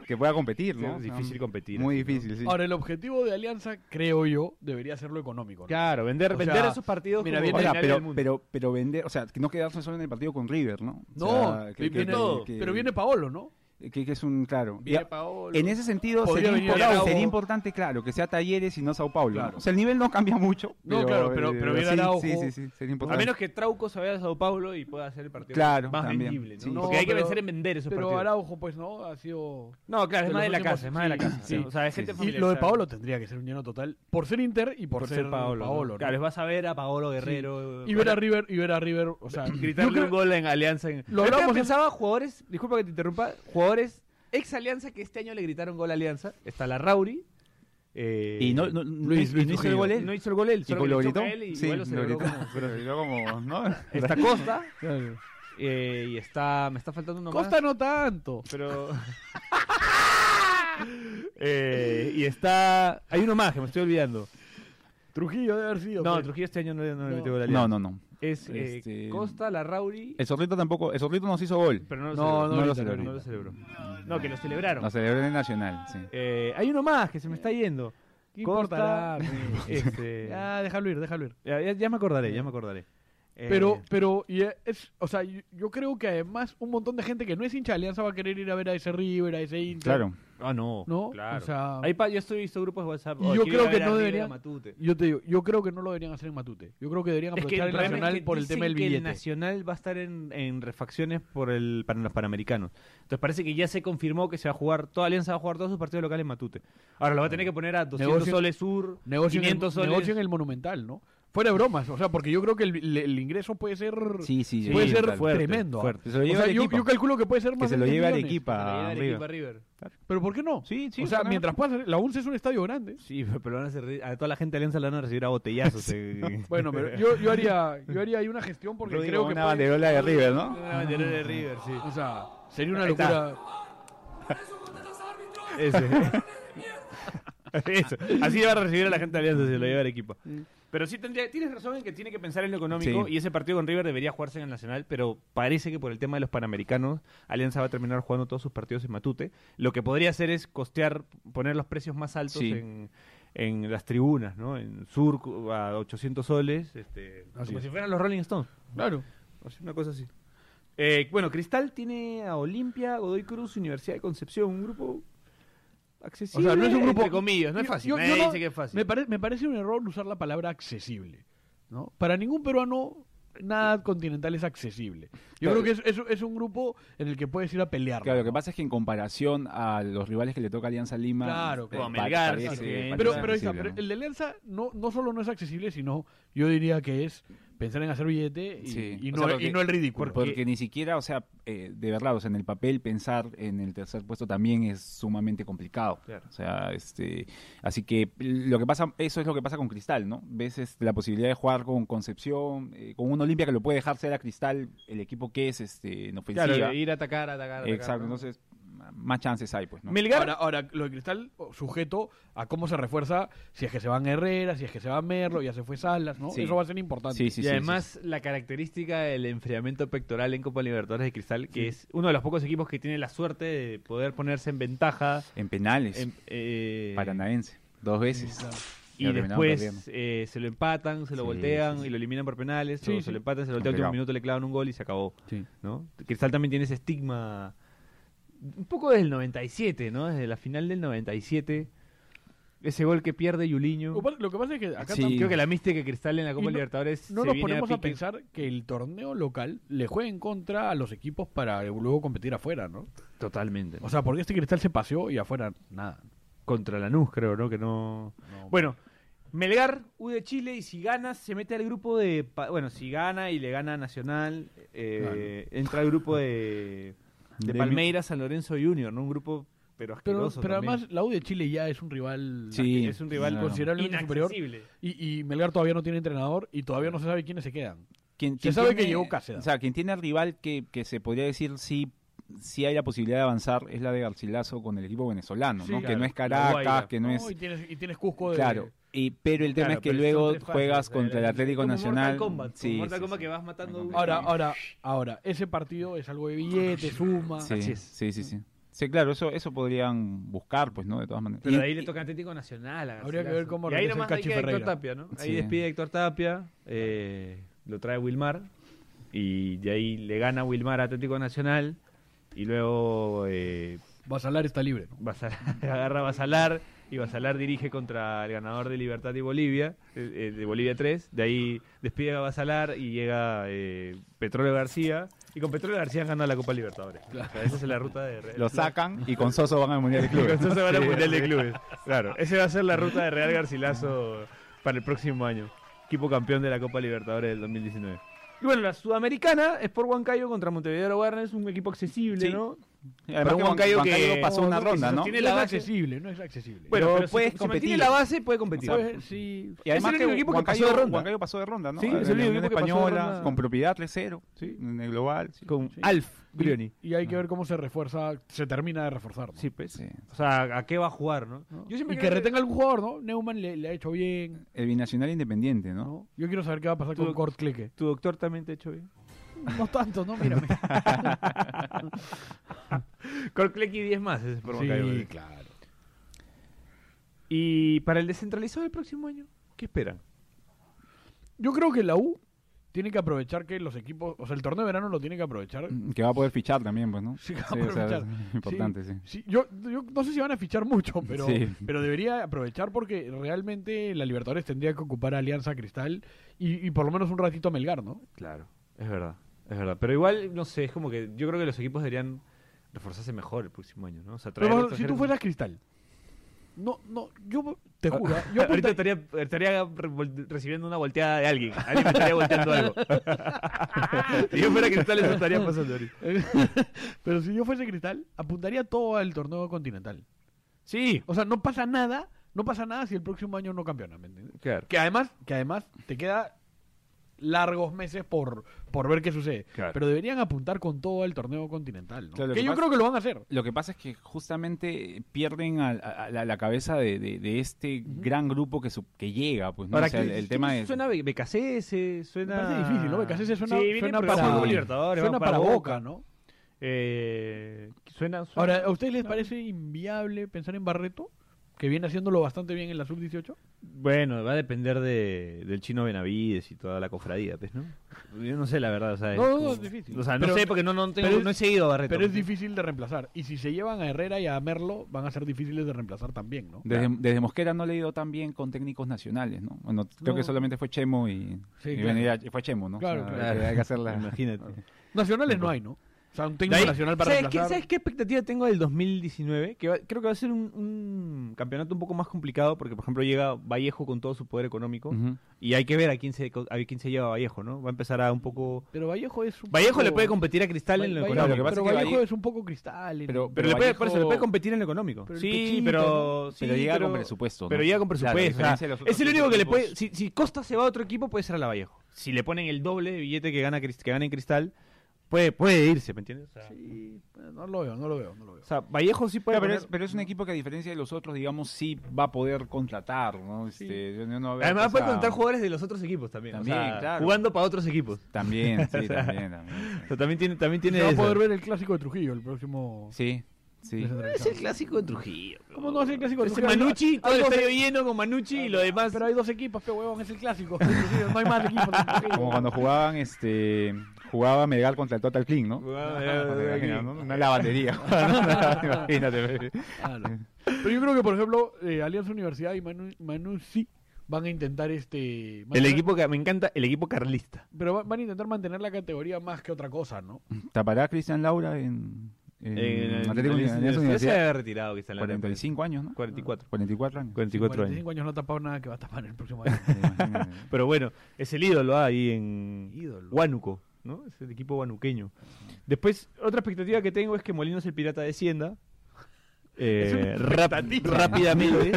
[SPEAKER 3] que pueda competir, ¿no? O sea,
[SPEAKER 2] competir.
[SPEAKER 3] Muy difícil, sí.
[SPEAKER 4] Ahora, el objetivo de Alianza, creo yo, debería ser lo económico. ¿no?
[SPEAKER 2] Claro, vender,
[SPEAKER 4] O
[SPEAKER 2] vender
[SPEAKER 4] sea,
[SPEAKER 2] esos partidos
[SPEAKER 4] mira,
[SPEAKER 2] como
[SPEAKER 4] viene-
[SPEAKER 3] O sea,
[SPEAKER 2] final del
[SPEAKER 3] pero,
[SPEAKER 2] mundo.
[SPEAKER 3] pero, pero vender, o sea, que no quedarse solo en el partido con River, ¿no? O
[SPEAKER 4] No,
[SPEAKER 3] sea,
[SPEAKER 4] vi- viene-
[SPEAKER 3] que-
[SPEAKER 4] pero viene Paolo, ¿no?
[SPEAKER 3] que, que es un, claro.
[SPEAKER 4] Viene
[SPEAKER 3] Ya,
[SPEAKER 4] Paolo.
[SPEAKER 3] En ese sentido,
[SPEAKER 4] Podría
[SPEAKER 3] sería,
[SPEAKER 4] venir
[SPEAKER 3] importante-
[SPEAKER 4] Araujo.
[SPEAKER 3] sería importante, claro, que sea Talleres y no Sao Paulo. ¿no?
[SPEAKER 4] Claro.
[SPEAKER 3] O sea, el nivel no cambia mucho.
[SPEAKER 4] No, claro, pero-
[SPEAKER 3] eh,
[SPEAKER 4] pero viene
[SPEAKER 3] sí,
[SPEAKER 4] Araujo.
[SPEAKER 3] sí, sí, sí,
[SPEAKER 2] a
[SPEAKER 3] sería importante.
[SPEAKER 2] menos que Trauco se vaya a Sao Paulo y pueda hacer el partido
[SPEAKER 3] Claro,
[SPEAKER 2] más
[SPEAKER 3] también,
[SPEAKER 2] vendible. ¿no?
[SPEAKER 3] sí.
[SPEAKER 2] Porque
[SPEAKER 4] No,
[SPEAKER 2] hay que
[SPEAKER 4] pero-
[SPEAKER 2] pensar en vender esos
[SPEAKER 4] Pero
[SPEAKER 2] partidos.
[SPEAKER 4] Araujo, pues, ¿no? Ha sido...
[SPEAKER 2] No, claro, es
[SPEAKER 4] de
[SPEAKER 2] más de
[SPEAKER 4] los
[SPEAKER 2] la
[SPEAKER 4] últimos-
[SPEAKER 2] casa, es más de la
[SPEAKER 4] sí,
[SPEAKER 2] casa.
[SPEAKER 4] sí.
[SPEAKER 2] ¿no? O sea, es gente
[SPEAKER 4] Y
[SPEAKER 2] familiarizada.
[SPEAKER 4] lo de Paolo tendría que ser un lleno total por ser Inter y por,
[SPEAKER 2] por
[SPEAKER 4] ser, Paolo.
[SPEAKER 2] ¿no?
[SPEAKER 4] ¿no?
[SPEAKER 2] Claro, vas a ver a Paolo Guerrero.
[SPEAKER 4] Y ver a River, y ver a River, o sea,
[SPEAKER 2] gritarle
[SPEAKER 4] yo creo-
[SPEAKER 2] un gol en Alianza. En...
[SPEAKER 4] Lo
[SPEAKER 2] Yo
[SPEAKER 4] hablamos
[SPEAKER 2] creo que
[SPEAKER 4] en-
[SPEAKER 2] pensaba jugadores, disculpa que te interrumpa, jugadores ex Alianza que este año le gritaron gol a Alianza. Está la Rauri. eh,
[SPEAKER 3] Y no, no,
[SPEAKER 4] Luis-
[SPEAKER 3] y
[SPEAKER 4] Luis
[SPEAKER 3] no hizo el
[SPEAKER 4] Trujillo.
[SPEAKER 3] gol
[SPEAKER 2] él
[SPEAKER 3] él.
[SPEAKER 2] no hizo el gol él,
[SPEAKER 3] ¿Y
[SPEAKER 2] solo
[SPEAKER 3] lo
[SPEAKER 2] le echó
[SPEAKER 3] gritó?
[SPEAKER 2] a él y
[SPEAKER 3] Sí,
[SPEAKER 2] igual lo
[SPEAKER 3] lo
[SPEAKER 2] celebró
[SPEAKER 3] gritó.
[SPEAKER 2] como-
[SPEAKER 3] Pero se lo como, ¿no?
[SPEAKER 2] Está Costa
[SPEAKER 4] Claro.
[SPEAKER 2] eh, y está, me está faltando uno más.
[SPEAKER 4] Costa no tanto.
[SPEAKER 2] pero. Eh, y está. Hay uno más que me estoy olvidando.
[SPEAKER 4] Trujillo debe haber sido.
[SPEAKER 5] No,
[SPEAKER 4] pues.
[SPEAKER 5] Trujillo este año no, no le
[SPEAKER 4] No.
[SPEAKER 5] metió gol a
[SPEAKER 3] No,
[SPEAKER 5] Alianza.
[SPEAKER 3] no, no.
[SPEAKER 5] Es eh,
[SPEAKER 3] Este-
[SPEAKER 5] Costa, Larrauri,
[SPEAKER 3] El zorrito tampoco. El zorrito nos hizo gol.
[SPEAKER 5] pero no lo
[SPEAKER 4] No,
[SPEAKER 5] celebró.
[SPEAKER 4] no
[SPEAKER 5] lo
[SPEAKER 4] ahorita,
[SPEAKER 5] celebró,
[SPEAKER 4] no
[SPEAKER 5] no lo celebró. No, que lo celebraron.
[SPEAKER 3] Lo celebró en el Nacional, sí.
[SPEAKER 5] Eh, hay uno más que se me está yendo.
[SPEAKER 4] ¿Qué
[SPEAKER 5] Costa,
[SPEAKER 4] importará, pe?
[SPEAKER 2] eh.
[SPEAKER 5] este, ya,
[SPEAKER 4] Ya, déjalo ir, déjalo ir.
[SPEAKER 5] ya- ya me acordaré, ya me acordaré. Eh,
[SPEAKER 4] Pero, pero, y es, o sea, yo, yo creo que además un montón de gente que no es hincha de Alianza va a querer ir a ver a ese River, a ese Inter.
[SPEAKER 3] Claro.
[SPEAKER 5] Ah, no.
[SPEAKER 4] ¿No?
[SPEAKER 2] Claro.
[SPEAKER 4] O sea,
[SPEAKER 2] Ahí pa- yo estoy visto grupos de WhatsApp.
[SPEAKER 4] Y
[SPEAKER 2] "Oye,
[SPEAKER 4] yo
[SPEAKER 2] quiero
[SPEAKER 4] creo
[SPEAKER 2] ir a
[SPEAKER 4] que
[SPEAKER 2] ver
[SPEAKER 4] no
[SPEAKER 2] a River,
[SPEAKER 4] debería-
[SPEAKER 2] a Matute".
[SPEAKER 4] yo te digo, yo creo que no lo deberían hacer en Matute. Yo creo que deberían
[SPEAKER 5] Es que
[SPEAKER 4] aprovechar
[SPEAKER 5] el
[SPEAKER 4] el
[SPEAKER 5] problema es
[SPEAKER 4] Nacional
[SPEAKER 5] que
[SPEAKER 4] por el
[SPEAKER 5] dicen
[SPEAKER 4] tema del
[SPEAKER 5] que
[SPEAKER 4] billete.
[SPEAKER 5] el Nacional va a estar en, en refacciones por el, para los Panamericanos. Entonces parece que ya se confirmó que se va a jugar, toda Alianza va a jugar todos sus partidos locales en Matute. Ahora lo va a tener que poner a 200
[SPEAKER 4] Negocio-
[SPEAKER 5] soles sur,
[SPEAKER 4] negocio, en el,
[SPEAKER 5] 500 soles.
[SPEAKER 4] negocio en el Monumental, ¿no? Fuera de bromas, o sea, porque yo creo que el, el- el ingreso puede ser...
[SPEAKER 3] Sí, sí, sí.
[SPEAKER 4] puede ser
[SPEAKER 3] tal.
[SPEAKER 4] tremendo. ¿ah?
[SPEAKER 3] Fuerte. Se lo
[SPEAKER 4] O
[SPEAKER 3] lleva
[SPEAKER 4] sea, yo,
[SPEAKER 3] Arequipa.
[SPEAKER 4] yo calculo que puede ser más
[SPEAKER 3] Que se
[SPEAKER 4] de
[SPEAKER 3] lo
[SPEAKER 4] 10
[SPEAKER 3] lleve
[SPEAKER 4] millones.
[SPEAKER 3] Arequipa. River.
[SPEAKER 2] River.
[SPEAKER 4] Pero ¿por qué no?
[SPEAKER 3] Sí, sí.
[SPEAKER 4] o sea,
[SPEAKER 3] claro.
[SPEAKER 4] mientras pasa, la UNCE es un estadio grande.
[SPEAKER 5] Sí, pero van a, hacer re- a toda la gente de Alianza la van a recibir a botellazos. eh.
[SPEAKER 4] Bueno, pero yo, yo haría yo haría ahí una gestión porque
[SPEAKER 3] Rodrigo,
[SPEAKER 4] creo que
[SPEAKER 3] una
[SPEAKER 4] puede-
[SPEAKER 3] banderola de River, ¿no?
[SPEAKER 5] Una bandera de River, sí.
[SPEAKER 4] o sea, sería una
[SPEAKER 5] Ahí está.
[SPEAKER 4] locura.
[SPEAKER 5] Ese. Eso. Así va a recibir a la gente de Alianza si lo lleva el equipo.
[SPEAKER 2] Pero sí, tendría, tienes razón en que tiene que pensar en lo económico
[SPEAKER 3] Sí.
[SPEAKER 2] y ese partido con River debería jugarse en el Nacional, pero parece que por el tema de los Panamericanos, Alianza va a terminar jugando todos sus partidos en Matute. Lo que podría hacer es costear, poner los precios más altos
[SPEAKER 3] Sí.
[SPEAKER 2] en, en las tribunas, ¿no? En Sur cu- a 800 soles, este,
[SPEAKER 4] Así
[SPEAKER 2] como
[SPEAKER 4] es.
[SPEAKER 2] si fueran los Rolling Stones.
[SPEAKER 4] Claro.
[SPEAKER 2] Así, Una cosa así. Eh, bueno, Cristal tiene a Olimpia, Godoy Cruz, Universidad de Concepción, un grupo
[SPEAKER 4] O
[SPEAKER 2] accesible.
[SPEAKER 4] sea, no es un grupo
[SPEAKER 2] entre comillas, no es
[SPEAKER 4] yo-
[SPEAKER 2] fácil.
[SPEAKER 4] yo-
[SPEAKER 2] nadie
[SPEAKER 4] yo no-
[SPEAKER 2] dice que es fácil.
[SPEAKER 4] Me, pare- me parece un error usar la palabra accesible, ¿no? Para ningún peruano nada continental es accesible. Yo
[SPEAKER 3] Claro.
[SPEAKER 4] creo que es, es- es un grupo en el que puedes ir a pelear.
[SPEAKER 3] Claro, lo que pasa es que en comparación a los rivales que le toca Alianza Lima. este,
[SPEAKER 4] Claro, claro.
[SPEAKER 3] pa-
[SPEAKER 2] Melgar,
[SPEAKER 3] parece-
[SPEAKER 2] sí,
[SPEAKER 3] parece
[SPEAKER 4] Pero,
[SPEAKER 2] Claro,
[SPEAKER 4] pero, ahí está,
[SPEAKER 3] accesible,
[SPEAKER 4] pero
[SPEAKER 3] ¿no?
[SPEAKER 4] el de Alianza no, no solo no es accesible, sino yo diría que es pensar en hacer billete y,
[SPEAKER 3] Sí.
[SPEAKER 4] y
[SPEAKER 3] O
[SPEAKER 4] no,
[SPEAKER 3] sea,
[SPEAKER 4] y
[SPEAKER 3] porque-
[SPEAKER 4] no el ridículo.
[SPEAKER 3] Porque, ni siquiera, o sea, eh, de verdad, o sea, en el papel pensar en el tercer puesto también es sumamente complicado.
[SPEAKER 2] Claro.
[SPEAKER 3] O sea, este, así que lo que pasa, eso es lo que pasa con Cristal, ¿no? Ves este, la posibilidad de jugar con Concepción, eh, con un Olimpia que lo puede dejar ser a Cristal, el equipo que es, este, en ofensiva.
[SPEAKER 2] Claro, ir a atacar, atacar, atacar.
[SPEAKER 3] Exacto,
[SPEAKER 2] ¿no?
[SPEAKER 3] entonces m- más chances hay, pues, ¿no?
[SPEAKER 2] Melgar
[SPEAKER 4] Ahora, ahora, lo de Cristal, oh, sujeto a cómo se refuerza, si es que se van Herrera, si es que se va Merlo, ya se fue Salas, ¿no?
[SPEAKER 3] Sí.
[SPEAKER 4] Eso va a ser importante.
[SPEAKER 3] Sí, sí,
[SPEAKER 2] y
[SPEAKER 3] sí,
[SPEAKER 2] además la característica del enfriamiento pectoral en Copa Libertadores de Cristal, que es uno de los pocos equipos que tiene la suerte de poder ponerse en ventaja.
[SPEAKER 3] sí. En penales,
[SPEAKER 2] en- eh,
[SPEAKER 3] paranaense, dos veces.
[SPEAKER 2] y
[SPEAKER 3] terminaron perdiendo.
[SPEAKER 2] después eh, se lo empatan, se lo
[SPEAKER 3] Sí,
[SPEAKER 2] voltean
[SPEAKER 3] sí, sí.
[SPEAKER 2] y lo eliminan por penales,
[SPEAKER 4] Sí,
[SPEAKER 2] o
[SPEAKER 4] sí.
[SPEAKER 2] se lo empatan, se lo voltean al último
[SPEAKER 3] Complicado.
[SPEAKER 2] minuto, le clavan un gol y se acabó.
[SPEAKER 4] Sí.
[SPEAKER 2] ¿no? Cristal también tiene ese estigma un poco desde el 97, ¿no? Desde la final del 97. Ese gol que pierde Yuliño.
[SPEAKER 4] Lo que pasa- Lo que pasa es que acá
[SPEAKER 3] Sí.
[SPEAKER 4] tam-
[SPEAKER 2] Creo que la mística que Cristal en la Copa
[SPEAKER 4] Y no-
[SPEAKER 2] Libertadores
[SPEAKER 4] no
[SPEAKER 2] se
[SPEAKER 4] nos
[SPEAKER 2] viene
[SPEAKER 4] ponemos a,
[SPEAKER 2] pique.
[SPEAKER 4] pensar que el torneo local le juega en contra a los equipos para luego competir afuera, ¿no?
[SPEAKER 2] Totalmente.
[SPEAKER 4] O sea, porque este Cristal se paseó y afuera nada.
[SPEAKER 2] Contra Lanús, creo, ¿no? Que no... Bueno, Melgar, U de Chile, y si gana, se mete al grupo de... pa- Bueno, si gana y le gana a Nacional, eh, entra al grupo de, de
[SPEAKER 3] De-
[SPEAKER 2] Palmeiras, San Lorenzo Junior, ¿no? Un grupo, pero
[SPEAKER 4] pero,
[SPEAKER 2] asqueroso
[SPEAKER 4] pero
[SPEAKER 2] también.
[SPEAKER 4] además la U de Chile ya es un rival
[SPEAKER 3] Sí,
[SPEAKER 2] es un rival
[SPEAKER 3] claro.
[SPEAKER 4] considerablemente superior
[SPEAKER 2] Inaccesible.
[SPEAKER 4] y, y Melgar todavía no tiene entrenador y todavía no se sabe quiénes se quedan.
[SPEAKER 3] Quien,
[SPEAKER 4] Se
[SPEAKER 3] quien
[SPEAKER 4] sabe que llegó Cáceres.
[SPEAKER 3] O sea, quien tiene al rival que, que se podría decir si, si hay la posibilidad de avanzar es la de Garcilaso con el equipo venezolano,
[SPEAKER 4] Sí,
[SPEAKER 3] ¿no? que
[SPEAKER 2] claro,
[SPEAKER 3] no es
[SPEAKER 2] la
[SPEAKER 3] Caracas,
[SPEAKER 2] Guaira.
[SPEAKER 3] que no,
[SPEAKER 4] y,
[SPEAKER 3] es...
[SPEAKER 4] tienes, y tienes Cusco de...
[SPEAKER 3] Claro. Y, pero el tema
[SPEAKER 2] Claro,
[SPEAKER 3] es que
[SPEAKER 2] pero son
[SPEAKER 3] luego
[SPEAKER 2] tres fases,
[SPEAKER 3] juegas
[SPEAKER 2] o sea,
[SPEAKER 3] contra el
[SPEAKER 2] es
[SPEAKER 3] Atlético
[SPEAKER 2] como
[SPEAKER 3] Nacional.
[SPEAKER 2] Mortal Kombat, como
[SPEAKER 3] Sí,
[SPEAKER 2] Mortal
[SPEAKER 3] sí,
[SPEAKER 2] Kombat
[SPEAKER 3] sí.
[SPEAKER 2] que vas matando
[SPEAKER 3] Muy
[SPEAKER 2] uno.
[SPEAKER 4] Ahora,
[SPEAKER 3] complicado.
[SPEAKER 4] ahora, ahora, ese partido es algo de billete, suma.
[SPEAKER 3] Sí, sí, sí, sí. Sí, claro, eso, eso podrían buscar, pues, ¿no? De todas maneras.
[SPEAKER 2] Pero
[SPEAKER 3] Y-
[SPEAKER 2] ahí le toca Atlético Nacional. a
[SPEAKER 4] Habría que
[SPEAKER 2] Garcilaso.
[SPEAKER 4] ver cómo
[SPEAKER 2] Y ahí
[SPEAKER 4] regresa el
[SPEAKER 2] nomás ahí
[SPEAKER 4] Cachi
[SPEAKER 2] queda Héctor
[SPEAKER 4] Ferreira.
[SPEAKER 2] Tapia, ¿no? Ahí
[SPEAKER 3] Sí.
[SPEAKER 2] despide a Héctor Tapia, eh, lo trae Wilmar, y de ahí le gana Wilmar a Atlético Nacional, y luego eh,
[SPEAKER 4] Basalar está libre. ¿no?
[SPEAKER 2] Basal- agarra a Basalar, y Basalar dirige contra el ganador de Libertad y Bolivia, eh, eh, de Bolivia 3, de ahí despide a Basalar y llega eh, Petróleo García, y con Petróleo García gana la Copa Libertadores. O sea, esa es la ruta de...
[SPEAKER 3] Lo sacan y con Soso van al Mundial de Clubes.
[SPEAKER 2] Entonces van al Mundial de Clubes. Claro, esa va a ser la ruta de Real Garcilaso para el próximo año. Equipo campeón de la Copa Libertadores del 2019. Y bueno, la sudamericana es por Huancayo contra Montevideo Warner, es un equipo accesible,
[SPEAKER 3] Sí.
[SPEAKER 2] ¿no?
[SPEAKER 3] Además,
[SPEAKER 5] un Huancayo que-
[SPEAKER 3] pasó una ronda, Ah, ¿no?
[SPEAKER 5] sostiene
[SPEAKER 4] No
[SPEAKER 5] la
[SPEAKER 4] es
[SPEAKER 5] base.
[SPEAKER 4] accesible, no es accesible.
[SPEAKER 3] Bueno, pero puedes
[SPEAKER 5] si,
[SPEAKER 3] competir.
[SPEAKER 5] Si mantiene la base, puede competir.
[SPEAKER 4] Pues, sí.
[SPEAKER 3] Y
[SPEAKER 5] es
[SPEAKER 3] además
[SPEAKER 5] el único equipo que pasó
[SPEAKER 3] Huancayo-
[SPEAKER 5] de ronda.
[SPEAKER 3] Huancayo pasó de ronda, ¿no?
[SPEAKER 5] Sí,
[SPEAKER 3] A
[SPEAKER 5] es el único
[SPEAKER 3] la Unión
[SPEAKER 5] equipo que pasó de
[SPEAKER 3] Española,
[SPEAKER 5] ronda.
[SPEAKER 3] con propiedad 3-0, sí, en el global. sí.
[SPEAKER 5] con
[SPEAKER 4] Sí.
[SPEAKER 5] Alf Grioni.
[SPEAKER 4] Y hay que ver cómo se refuerza, se termina de reforzar. ¿no?
[SPEAKER 5] Sí, pues.
[SPEAKER 3] Sí.
[SPEAKER 2] O sea, ¿a qué va a jugar, no?
[SPEAKER 4] ¿No?
[SPEAKER 2] Yo siempre
[SPEAKER 4] y que
[SPEAKER 2] creo que-
[SPEAKER 4] retenga algún jugador, ¿no? Neumann le, le ha hecho bien.
[SPEAKER 3] El binacional independiente, ¿no?
[SPEAKER 4] ¿no? Yo quiero saber qué va a pasar
[SPEAKER 5] Tú-
[SPEAKER 4] con Kurt Kleke.
[SPEAKER 5] ¿Tu doctor también te ha hecho bien?
[SPEAKER 4] No tanto, ¿no? Mírame.
[SPEAKER 2] Corclequi 10 más ese es por Huancayo.
[SPEAKER 4] sí, claro.
[SPEAKER 2] Y para el descentralizado del próximo año, ¿qué esperan?
[SPEAKER 4] Yo creo que la U tiene que aprovechar que los equipos, o sea, el torneo de verano lo tiene que aprovechar.
[SPEAKER 3] Que va a poder fichar también, pues, ¿no?
[SPEAKER 4] Sí, que va
[SPEAKER 3] o
[SPEAKER 4] a
[SPEAKER 3] sea,
[SPEAKER 4] aprovechar.
[SPEAKER 3] es importante, sí.
[SPEAKER 4] Sí, yo, yo no sé si van a fichar mucho, pero,
[SPEAKER 3] Sí.
[SPEAKER 4] pero debería aprovechar porque realmente la Libertadores tendría que ocupar a Alianza Cristal y, y por lo menos un ratito a Melgar, ¿no?
[SPEAKER 2] Claro, es verdad, es verdad. Pero igual, no sé, es como que yo creo que los equipos deberían reforzarse mejor el próximo año, ¿no? O sea, traer
[SPEAKER 4] Pero, si
[SPEAKER 2] extranjeros-
[SPEAKER 4] tú fueras Cristal, no, no, yo te juro, ¿eh? yo
[SPEAKER 2] Ahorita
[SPEAKER 4] apunta-
[SPEAKER 2] estaría, estaría re- vol- recibiendo una volteada de alguien. Alguien me estaría volteando algo. si yo fuera Cristal, eso estaría pasando ahorita.
[SPEAKER 4] pero si yo fuese Cristal, apuntaría todo al torneo continental.
[SPEAKER 2] Sí,
[SPEAKER 4] O sea, no pasa nada, no pasa nada si el próximo año no campeona, ¿me entiendes?
[SPEAKER 2] claro.
[SPEAKER 4] Que además, que además te queda largos meses por, por ver qué sucede.
[SPEAKER 2] Claro.
[SPEAKER 4] Pero deberían apuntar con todo el torneo continental, ¿no?
[SPEAKER 3] Claro, lo
[SPEAKER 4] que,
[SPEAKER 3] que
[SPEAKER 4] yo
[SPEAKER 3] pasa-
[SPEAKER 4] creo que lo van a hacer.
[SPEAKER 3] Lo que pasa es que justamente pierden a, a- a la, la cabeza de, de- de este gran grupo que, su- que llega, pues, ¿no?
[SPEAKER 2] Ahora
[SPEAKER 3] O sea,
[SPEAKER 2] que
[SPEAKER 3] el, el tema es...
[SPEAKER 2] Suena Be- BKCS, suena.
[SPEAKER 4] Me parece difícil, ¿no? BKCS suena-
[SPEAKER 2] Sí, viene
[SPEAKER 4] suena
[SPEAKER 2] para,
[SPEAKER 4] para-
[SPEAKER 2] Juego Libertadores,
[SPEAKER 4] Suena
[SPEAKER 2] vamos
[SPEAKER 4] para, Boca, ¿no?
[SPEAKER 2] Eh, suena, suena-
[SPEAKER 4] Ahora, ¿a ustedes les parece inviable pensar en Barreto? Que viene haciéndolo bastante bien en la sub-18.
[SPEAKER 2] Bueno, va a depender de, del chino Benavides y toda la cofradía, pues, ¿no? Yo no sé la verdad, o sea.
[SPEAKER 4] No, no,
[SPEAKER 2] como-
[SPEAKER 4] es difícil.
[SPEAKER 2] O sea, no
[SPEAKER 4] Pero-
[SPEAKER 2] sé porque no, no, tengo-
[SPEAKER 4] pero es-
[SPEAKER 2] no he seguido a Barreto.
[SPEAKER 4] Pero es difícil de reemplazar. Y si se llevan a Herrera y a Merlo, van a ser difíciles de reemplazar también, ¿no?
[SPEAKER 3] Desde, desde Mosquera no le ha ido tan bien con técnicos nacionales, ¿no? Bueno, creo que
[SPEAKER 4] No.
[SPEAKER 3] solamente fue Chemo y,
[SPEAKER 4] Sí,
[SPEAKER 3] y
[SPEAKER 4] claro.
[SPEAKER 3] Benedea- fue Chemo, ¿no?
[SPEAKER 4] Claro, claro.
[SPEAKER 3] hay que- Hay que hacer la-
[SPEAKER 2] Imagínate.
[SPEAKER 4] Nacionales no hay, ¿no? O sea, un
[SPEAKER 2] De
[SPEAKER 4] técnico
[SPEAKER 2] ahí-
[SPEAKER 4] nacional para
[SPEAKER 2] ¿sabes, qué,
[SPEAKER 4] reemplazar.
[SPEAKER 2] ¿Sabes qué expectativa tengo del 2019? Que va- creo que va a ser un, un campeonato un poco más complicado porque, por ejemplo, llega Vallejo con todo su poder económico
[SPEAKER 3] Ujú.
[SPEAKER 2] y hay que ver a quién se, co- a quién se lleva Vallejo, ¿no? Va a empezar a un poco...
[SPEAKER 4] Pero Vallejo es un
[SPEAKER 2] Vallejo
[SPEAKER 4] poco-
[SPEAKER 2] le puede competir a Cristal en Oh. lo
[SPEAKER 4] Vallejo-
[SPEAKER 2] económico.
[SPEAKER 3] Lo que pasa
[SPEAKER 4] pero
[SPEAKER 3] es que
[SPEAKER 4] Vallejo
[SPEAKER 3] Valle-
[SPEAKER 4] es un poco cristal. en-
[SPEAKER 3] Pero-
[SPEAKER 2] Pero, le puede, por eso le puede
[SPEAKER 3] Vallejo-
[SPEAKER 2] competir en lo económico.
[SPEAKER 4] Pero el
[SPEAKER 2] sí,
[SPEAKER 4] pechito,
[SPEAKER 2] pero, sí,
[SPEAKER 3] Pero llega con presupuesto, ¿no?
[SPEAKER 2] Pero llega con
[SPEAKER 3] Claro, a
[SPEAKER 2] presupuesto.
[SPEAKER 3] diferencia
[SPEAKER 2] o sea,
[SPEAKER 3] de los otros
[SPEAKER 2] es el único que le
[SPEAKER 3] equipos.
[SPEAKER 2] puede. Si, si Costa se va a otro equipo, puede ser a la Vallejo. Si le ponen el doble de billete que gana, Crist- que gana en Cristal, puede, puede irse, ¿me entiendes? O sea,
[SPEAKER 4] Sí, pues, no lo veo, no lo veo, no lo veo.
[SPEAKER 2] o sea, Vallejo sí puede.
[SPEAKER 3] Claro, pero,
[SPEAKER 2] poner-
[SPEAKER 3] es, pero es un equipo que a diferencia de los otros, digamos, sí va a poder contratar, ¿no? Este, no- no va a haber
[SPEAKER 2] Además, puede
[SPEAKER 3] cosa-
[SPEAKER 2] contar jugadores de los otros equipos también. o
[SPEAKER 3] También,
[SPEAKER 2] sea,
[SPEAKER 3] claro.
[SPEAKER 2] Jugando para otros equipos.
[SPEAKER 3] También, sí, también, también.
[SPEAKER 2] O sea, también tiene. También tiene
[SPEAKER 4] Se va a
[SPEAKER 2] eso.
[SPEAKER 4] poder ver el clásico de Trujillo, el próximo.
[SPEAKER 3] Sí, sí.
[SPEAKER 2] Es el clásico de Trujillo.
[SPEAKER 4] ¿Cómo no va a ser el clásico de
[SPEAKER 2] Ese
[SPEAKER 4] Trujillo?
[SPEAKER 2] Manucci,
[SPEAKER 4] Hay
[SPEAKER 2] todo el
[SPEAKER 4] dos-
[SPEAKER 2] estadio lleno con Manucci y lo demás.
[SPEAKER 4] Pero hay dos equipos, pe huevón, es el clásico. de Trujillo, No hay más equipos. de Trujillo.
[SPEAKER 3] Como cuando jugaban, este, jugaba Melgar contra el Total Clean, ¿no? Ah,
[SPEAKER 2] Jugaba-
[SPEAKER 3] Imagina, ¿no? Una lavandería. Imagínate.
[SPEAKER 4] Claro. Pero yo creo que, por ejemplo, eh, Alianza Universidad y Manu, Manu sí van a intentar este.
[SPEAKER 2] El
[SPEAKER 4] mantener-
[SPEAKER 2] equipo que me encanta, el equipo carlista.
[SPEAKER 4] Pero va- van a intentar mantener la categoría más que otra cosa, ¿no?
[SPEAKER 3] Tapará Cristian Laura en, en, Atlético
[SPEAKER 2] Eh, en-
[SPEAKER 3] Universidad.
[SPEAKER 2] en-
[SPEAKER 3] Alianza
[SPEAKER 2] ya se
[SPEAKER 3] Universidad.
[SPEAKER 2] había retirado que está en la
[SPEAKER 3] 45 años, ¿no?
[SPEAKER 2] 44.
[SPEAKER 3] 44 años.
[SPEAKER 2] 44 años.
[SPEAKER 4] 45 años no ha tapado nada que va a tapar el próximo año.
[SPEAKER 3] Imagínate.
[SPEAKER 2] Pero bueno, es el ídolo ahí en
[SPEAKER 4] Ídolo.
[SPEAKER 2] Huánuco, ¿no? Es el equipo huanuqueño. Después, otra expectativa que tengo es que Molinos el Pirata descienda. eh, rap- rápidamente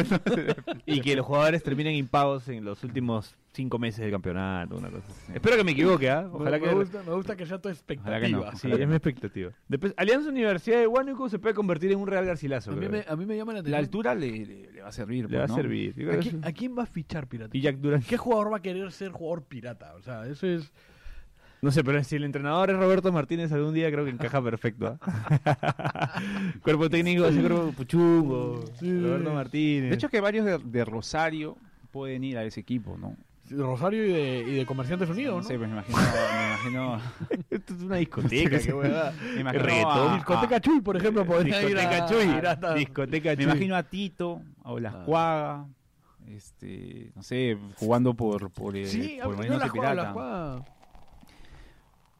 [SPEAKER 2] y que los jugadores terminen impagos en los últimos cinco meses del campeonato una cosa así. espero que me equivoque ¿ah? ojalá
[SPEAKER 4] me,
[SPEAKER 2] que
[SPEAKER 4] gusta, me gusta que sea tu
[SPEAKER 3] Ojalá que
[SPEAKER 4] expectativa.
[SPEAKER 3] no.
[SPEAKER 2] sí, es mi expectativa después Alianza Universidad de Huánuco se puede convertir en un Real Garcilaso
[SPEAKER 4] A mí,
[SPEAKER 2] creo.
[SPEAKER 4] me, a mí me llama la
[SPEAKER 3] La
[SPEAKER 4] atención.
[SPEAKER 3] altura le, le- le va a servir.
[SPEAKER 2] le
[SPEAKER 3] pues,
[SPEAKER 2] va
[SPEAKER 3] ¿no?
[SPEAKER 2] a servir Yo creo
[SPEAKER 4] ¿A
[SPEAKER 2] que
[SPEAKER 4] quién,
[SPEAKER 2] es-
[SPEAKER 4] a quién va a fichar pirata?
[SPEAKER 2] y Jack Durán
[SPEAKER 4] ¿Qué jugador va a querer ser jugador pirata? O sea, eso es.
[SPEAKER 2] No sé, pero si el entrenador es Roberto Martínez algún día creo que encaja perfecto. ¿ah? cuerpo técnico, así cuerpo puchungo, Roberto Martínez.
[SPEAKER 3] De hecho, que varios de, de Rosario pueden ir a ese equipo, ¿no?
[SPEAKER 4] de Rosario y de, y de Comerciantes Unidos,
[SPEAKER 3] No
[SPEAKER 4] ¿no?
[SPEAKER 3] sé, pues me imagino. Me imagino,
[SPEAKER 2] esto es una discoteca, qué huevada.
[SPEAKER 3] me imagino
[SPEAKER 2] Reggaetón.
[SPEAKER 3] a-
[SPEAKER 4] Discoteca Chuy, por ejemplo, podría ir
[SPEAKER 2] Discoteca
[SPEAKER 4] a,
[SPEAKER 2] Chuy.
[SPEAKER 4] pirata.
[SPEAKER 2] Discoteca
[SPEAKER 3] Me
[SPEAKER 2] Chuy.
[SPEAKER 3] imagino a Tito, a Olascuaga, este, no sé, jugando por por, eh,
[SPEAKER 4] Sí,
[SPEAKER 3] por
[SPEAKER 4] yo
[SPEAKER 3] Marinos
[SPEAKER 4] la
[SPEAKER 3] de
[SPEAKER 4] jugaba, la
[SPEAKER 3] Pirata.
[SPEAKER 4] jugaba.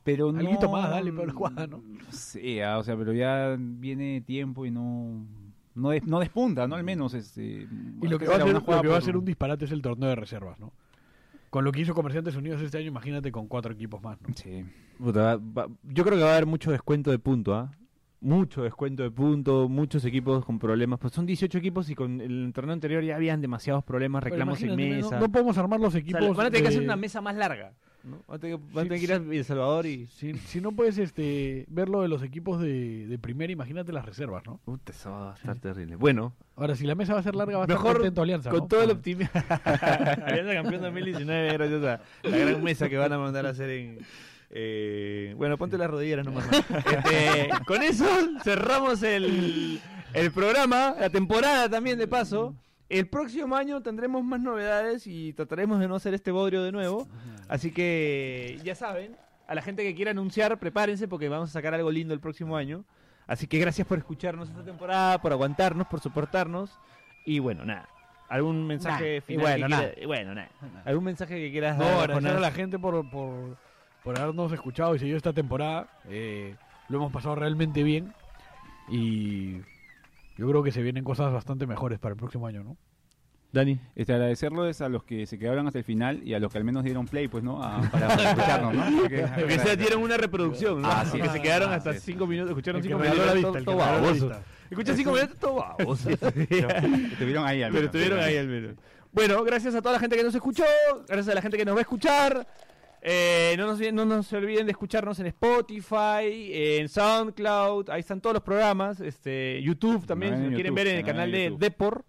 [SPEAKER 3] Pero no,
[SPEAKER 4] Alguito más, dale, por Olascuaga, ¿no?
[SPEAKER 3] sé, ah, o sea, pero ya viene tiempo y no no, des- no despunta, ¿no? Al menos este
[SPEAKER 4] Y lo que, va a, ser, lo que
[SPEAKER 3] pues,
[SPEAKER 4] va a ser un disparate es el torneo de reservas, ¿no? Con lo que hizo Comerciantes Unidos este año, imagínate con cuatro equipos más, ¿no?
[SPEAKER 3] Sí.
[SPEAKER 2] Puta, va- va- yo creo que va a haber mucho descuento de punto, ¿ah? mucho descuento de puntos, muchos equipos con problemas. Pues son 18 equipos y con el torneo anterior ya habían demasiados problemas,
[SPEAKER 4] Pero
[SPEAKER 2] reclamos en
[SPEAKER 4] imagínate,
[SPEAKER 2] mesa.
[SPEAKER 4] No, no podemos armar los
[SPEAKER 2] O sea,
[SPEAKER 4] equipos.
[SPEAKER 2] van a tener que hacer
[SPEAKER 4] de-
[SPEAKER 2] una mesa más larga. ¿no? Van a tener, van a
[SPEAKER 4] Sí,
[SPEAKER 2] tener que ir a El Salvador y.
[SPEAKER 4] Si, si no puedes este, ver lo de los equipos de, de primera, imagínate las reservas, ¿no?
[SPEAKER 2] Puta, eso va a estar terrible. Bueno,
[SPEAKER 4] Ahora, si la mesa va a ser larga, va a
[SPEAKER 2] Mejor
[SPEAKER 4] estar contento Alianza,
[SPEAKER 2] con
[SPEAKER 4] ¿no?
[SPEAKER 2] todo el optimismo. Alianza campeón 2019, gracias a la gran mesa que van a mandar a hacer en. eh, bueno, ponte las rodillas nomás. Este, con eso cerramos el, el programa, la temporada también de paso. El próximo año tendremos más novedades y trataremos de no hacer este bodrio de nuevo. Así que ya saben, a la gente que quiera anunciar, prepárense porque vamos a sacar algo lindo el próximo año. Así que gracias por escucharnos esta temporada, por aguantarnos, por soportarnos. Y bueno, nada. ¿Algún mensaje
[SPEAKER 4] Nah.
[SPEAKER 2] final?
[SPEAKER 4] Y bueno,
[SPEAKER 2] que
[SPEAKER 4] nada.
[SPEAKER 2] quiera- y bueno, nada. ¿Algún mensaje que quieras
[SPEAKER 4] No,
[SPEAKER 2] dar,
[SPEAKER 4] agradecer
[SPEAKER 2] Jonás?
[SPEAKER 4] a la gente por, por, por habernos escuchado y seguido esta temporada. Eh, lo hemos pasado realmente bien. Y yo creo que se vienen cosas bastante mejores para el próximo año, ¿no?
[SPEAKER 2] Dani.
[SPEAKER 3] Este, agradecerles a los que se quedaron hasta el final y a los que al menos dieron play, pues, ¿no? A- para escucharnos, ¿no? Así que-
[SPEAKER 2] Que se dieron una reproducción, ¿no?
[SPEAKER 3] Ah, sí.
[SPEAKER 2] que se quedaron
[SPEAKER 4] Ah,
[SPEAKER 2] hasta
[SPEAKER 4] sí,
[SPEAKER 2] cinco minutos, escucharon
[SPEAKER 4] El que
[SPEAKER 2] cinco
[SPEAKER 4] regaló
[SPEAKER 2] minutos.
[SPEAKER 4] la vista,
[SPEAKER 2] todo-
[SPEAKER 4] el que
[SPEAKER 2] todo
[SPEAKER 4] regaló la
[SPEAKER 2] baboso.
[SPEAKER 4] vista.
[SPEAKER 2] Escuchan cinco minutos, todo baboso.
[SPEAKER 3] Estuvieron ahí al
[SPEAKER 2] Pero
[SPEAKER 3] menos.
[SPEAKER 2] estuvieron ahí al menos. Bueno, gracias a toda la gente que nos escuchó, gracias a la gente que nos va a escuchar. Eh, no, nos, no nos se olviden de escucharnos en Spotify, en SoundCloud, ahí están todos los programas, este, YouTube también,
[SPEAKER 3] Canal
[SPEAKER 2] si
[SPEAKER 3] Ah, en
[SPEAKER 2] lo quieren
[SPEAKER 3] YouTube,
[SPEAKER 2] ver en el
[SPEAKER 3] canal
[SPEAKER 2] canal
[SPEAKER 3] en
[SPEAKER 2] de
[SPEAKER 3] YouTube.
[SPEAKER 2] Depor.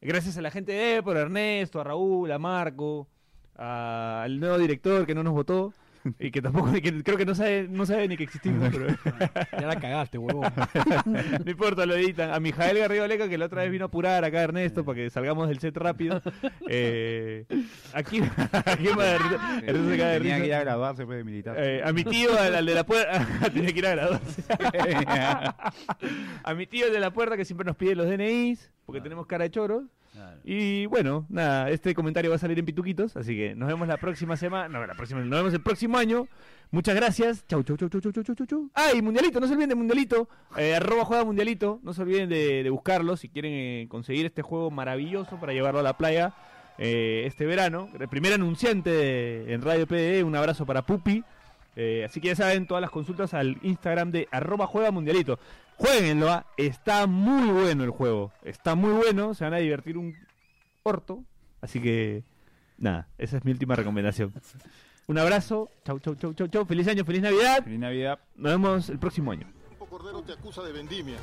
[SPEAKER 2] Gracias a la gente de Depor, a Ernesto, a Raúl, a Marco, a- al nuevo director que no nos votó y que tampoco, que creo que no sabe, no sabe ni que existimos, pero
[SPEAKER 4] Ya la cagaste, huevón.
[SPEAKER 2] no importa, lo editan. A Mijael Garrido Leca, que la otra vez vino a apurar acá Ernesto para que salgamos del set rápido. Eh, aquí, aquí más, Ernesto se cae de
[SPEAKER 3] Tenía que ir
[SPEAKER 2] risa.
[SPEAKER 3] a graduarse, pues, de militar.
[SPEAKER 2] Eh, a mi tío, al, al de la puerta, tenía que ir a graduarse. a mi tío, el de la puerta, que siempre nos pide los DNIs, porque tenemos cara de choros. Y bueno, nada, este comentario va a salir en pituquitos, así que nos vemos la próxima semana, no, la próxima, nos vemos el próximo año. Muchas gracias. Chau, chau, chau, chau, chau, chau, chau, chau, chau. Ah, y Mundialito, no se olviden de Mundialito, eh, arroba juega Mundialito, no se olviden de, de buscarlo si quieren eh, conseguir este juego maravilloso para llevarlo a la playa eh, este verano. El primer anunciante de- en Radio PDE, un abrazo para Pupi. Eh, así que ya saben, todas las consultas al Instagram de arroba juega mundialito. Jueguenlo, ¿ah? está muy bueno el juego. Está muy bueno, se van a divertir un orto. Así que, nada, esa es mi última recomendación. Un abrazo, chau, chau, chau, chau, chau. Feliz año, feliz Navidad.
[SPEAKER 3] Feliz Navidad.
[SPEAKER 2] Nos vemos el próximo año.
[SPEAKER 1] Cordero te acusa de vendimia.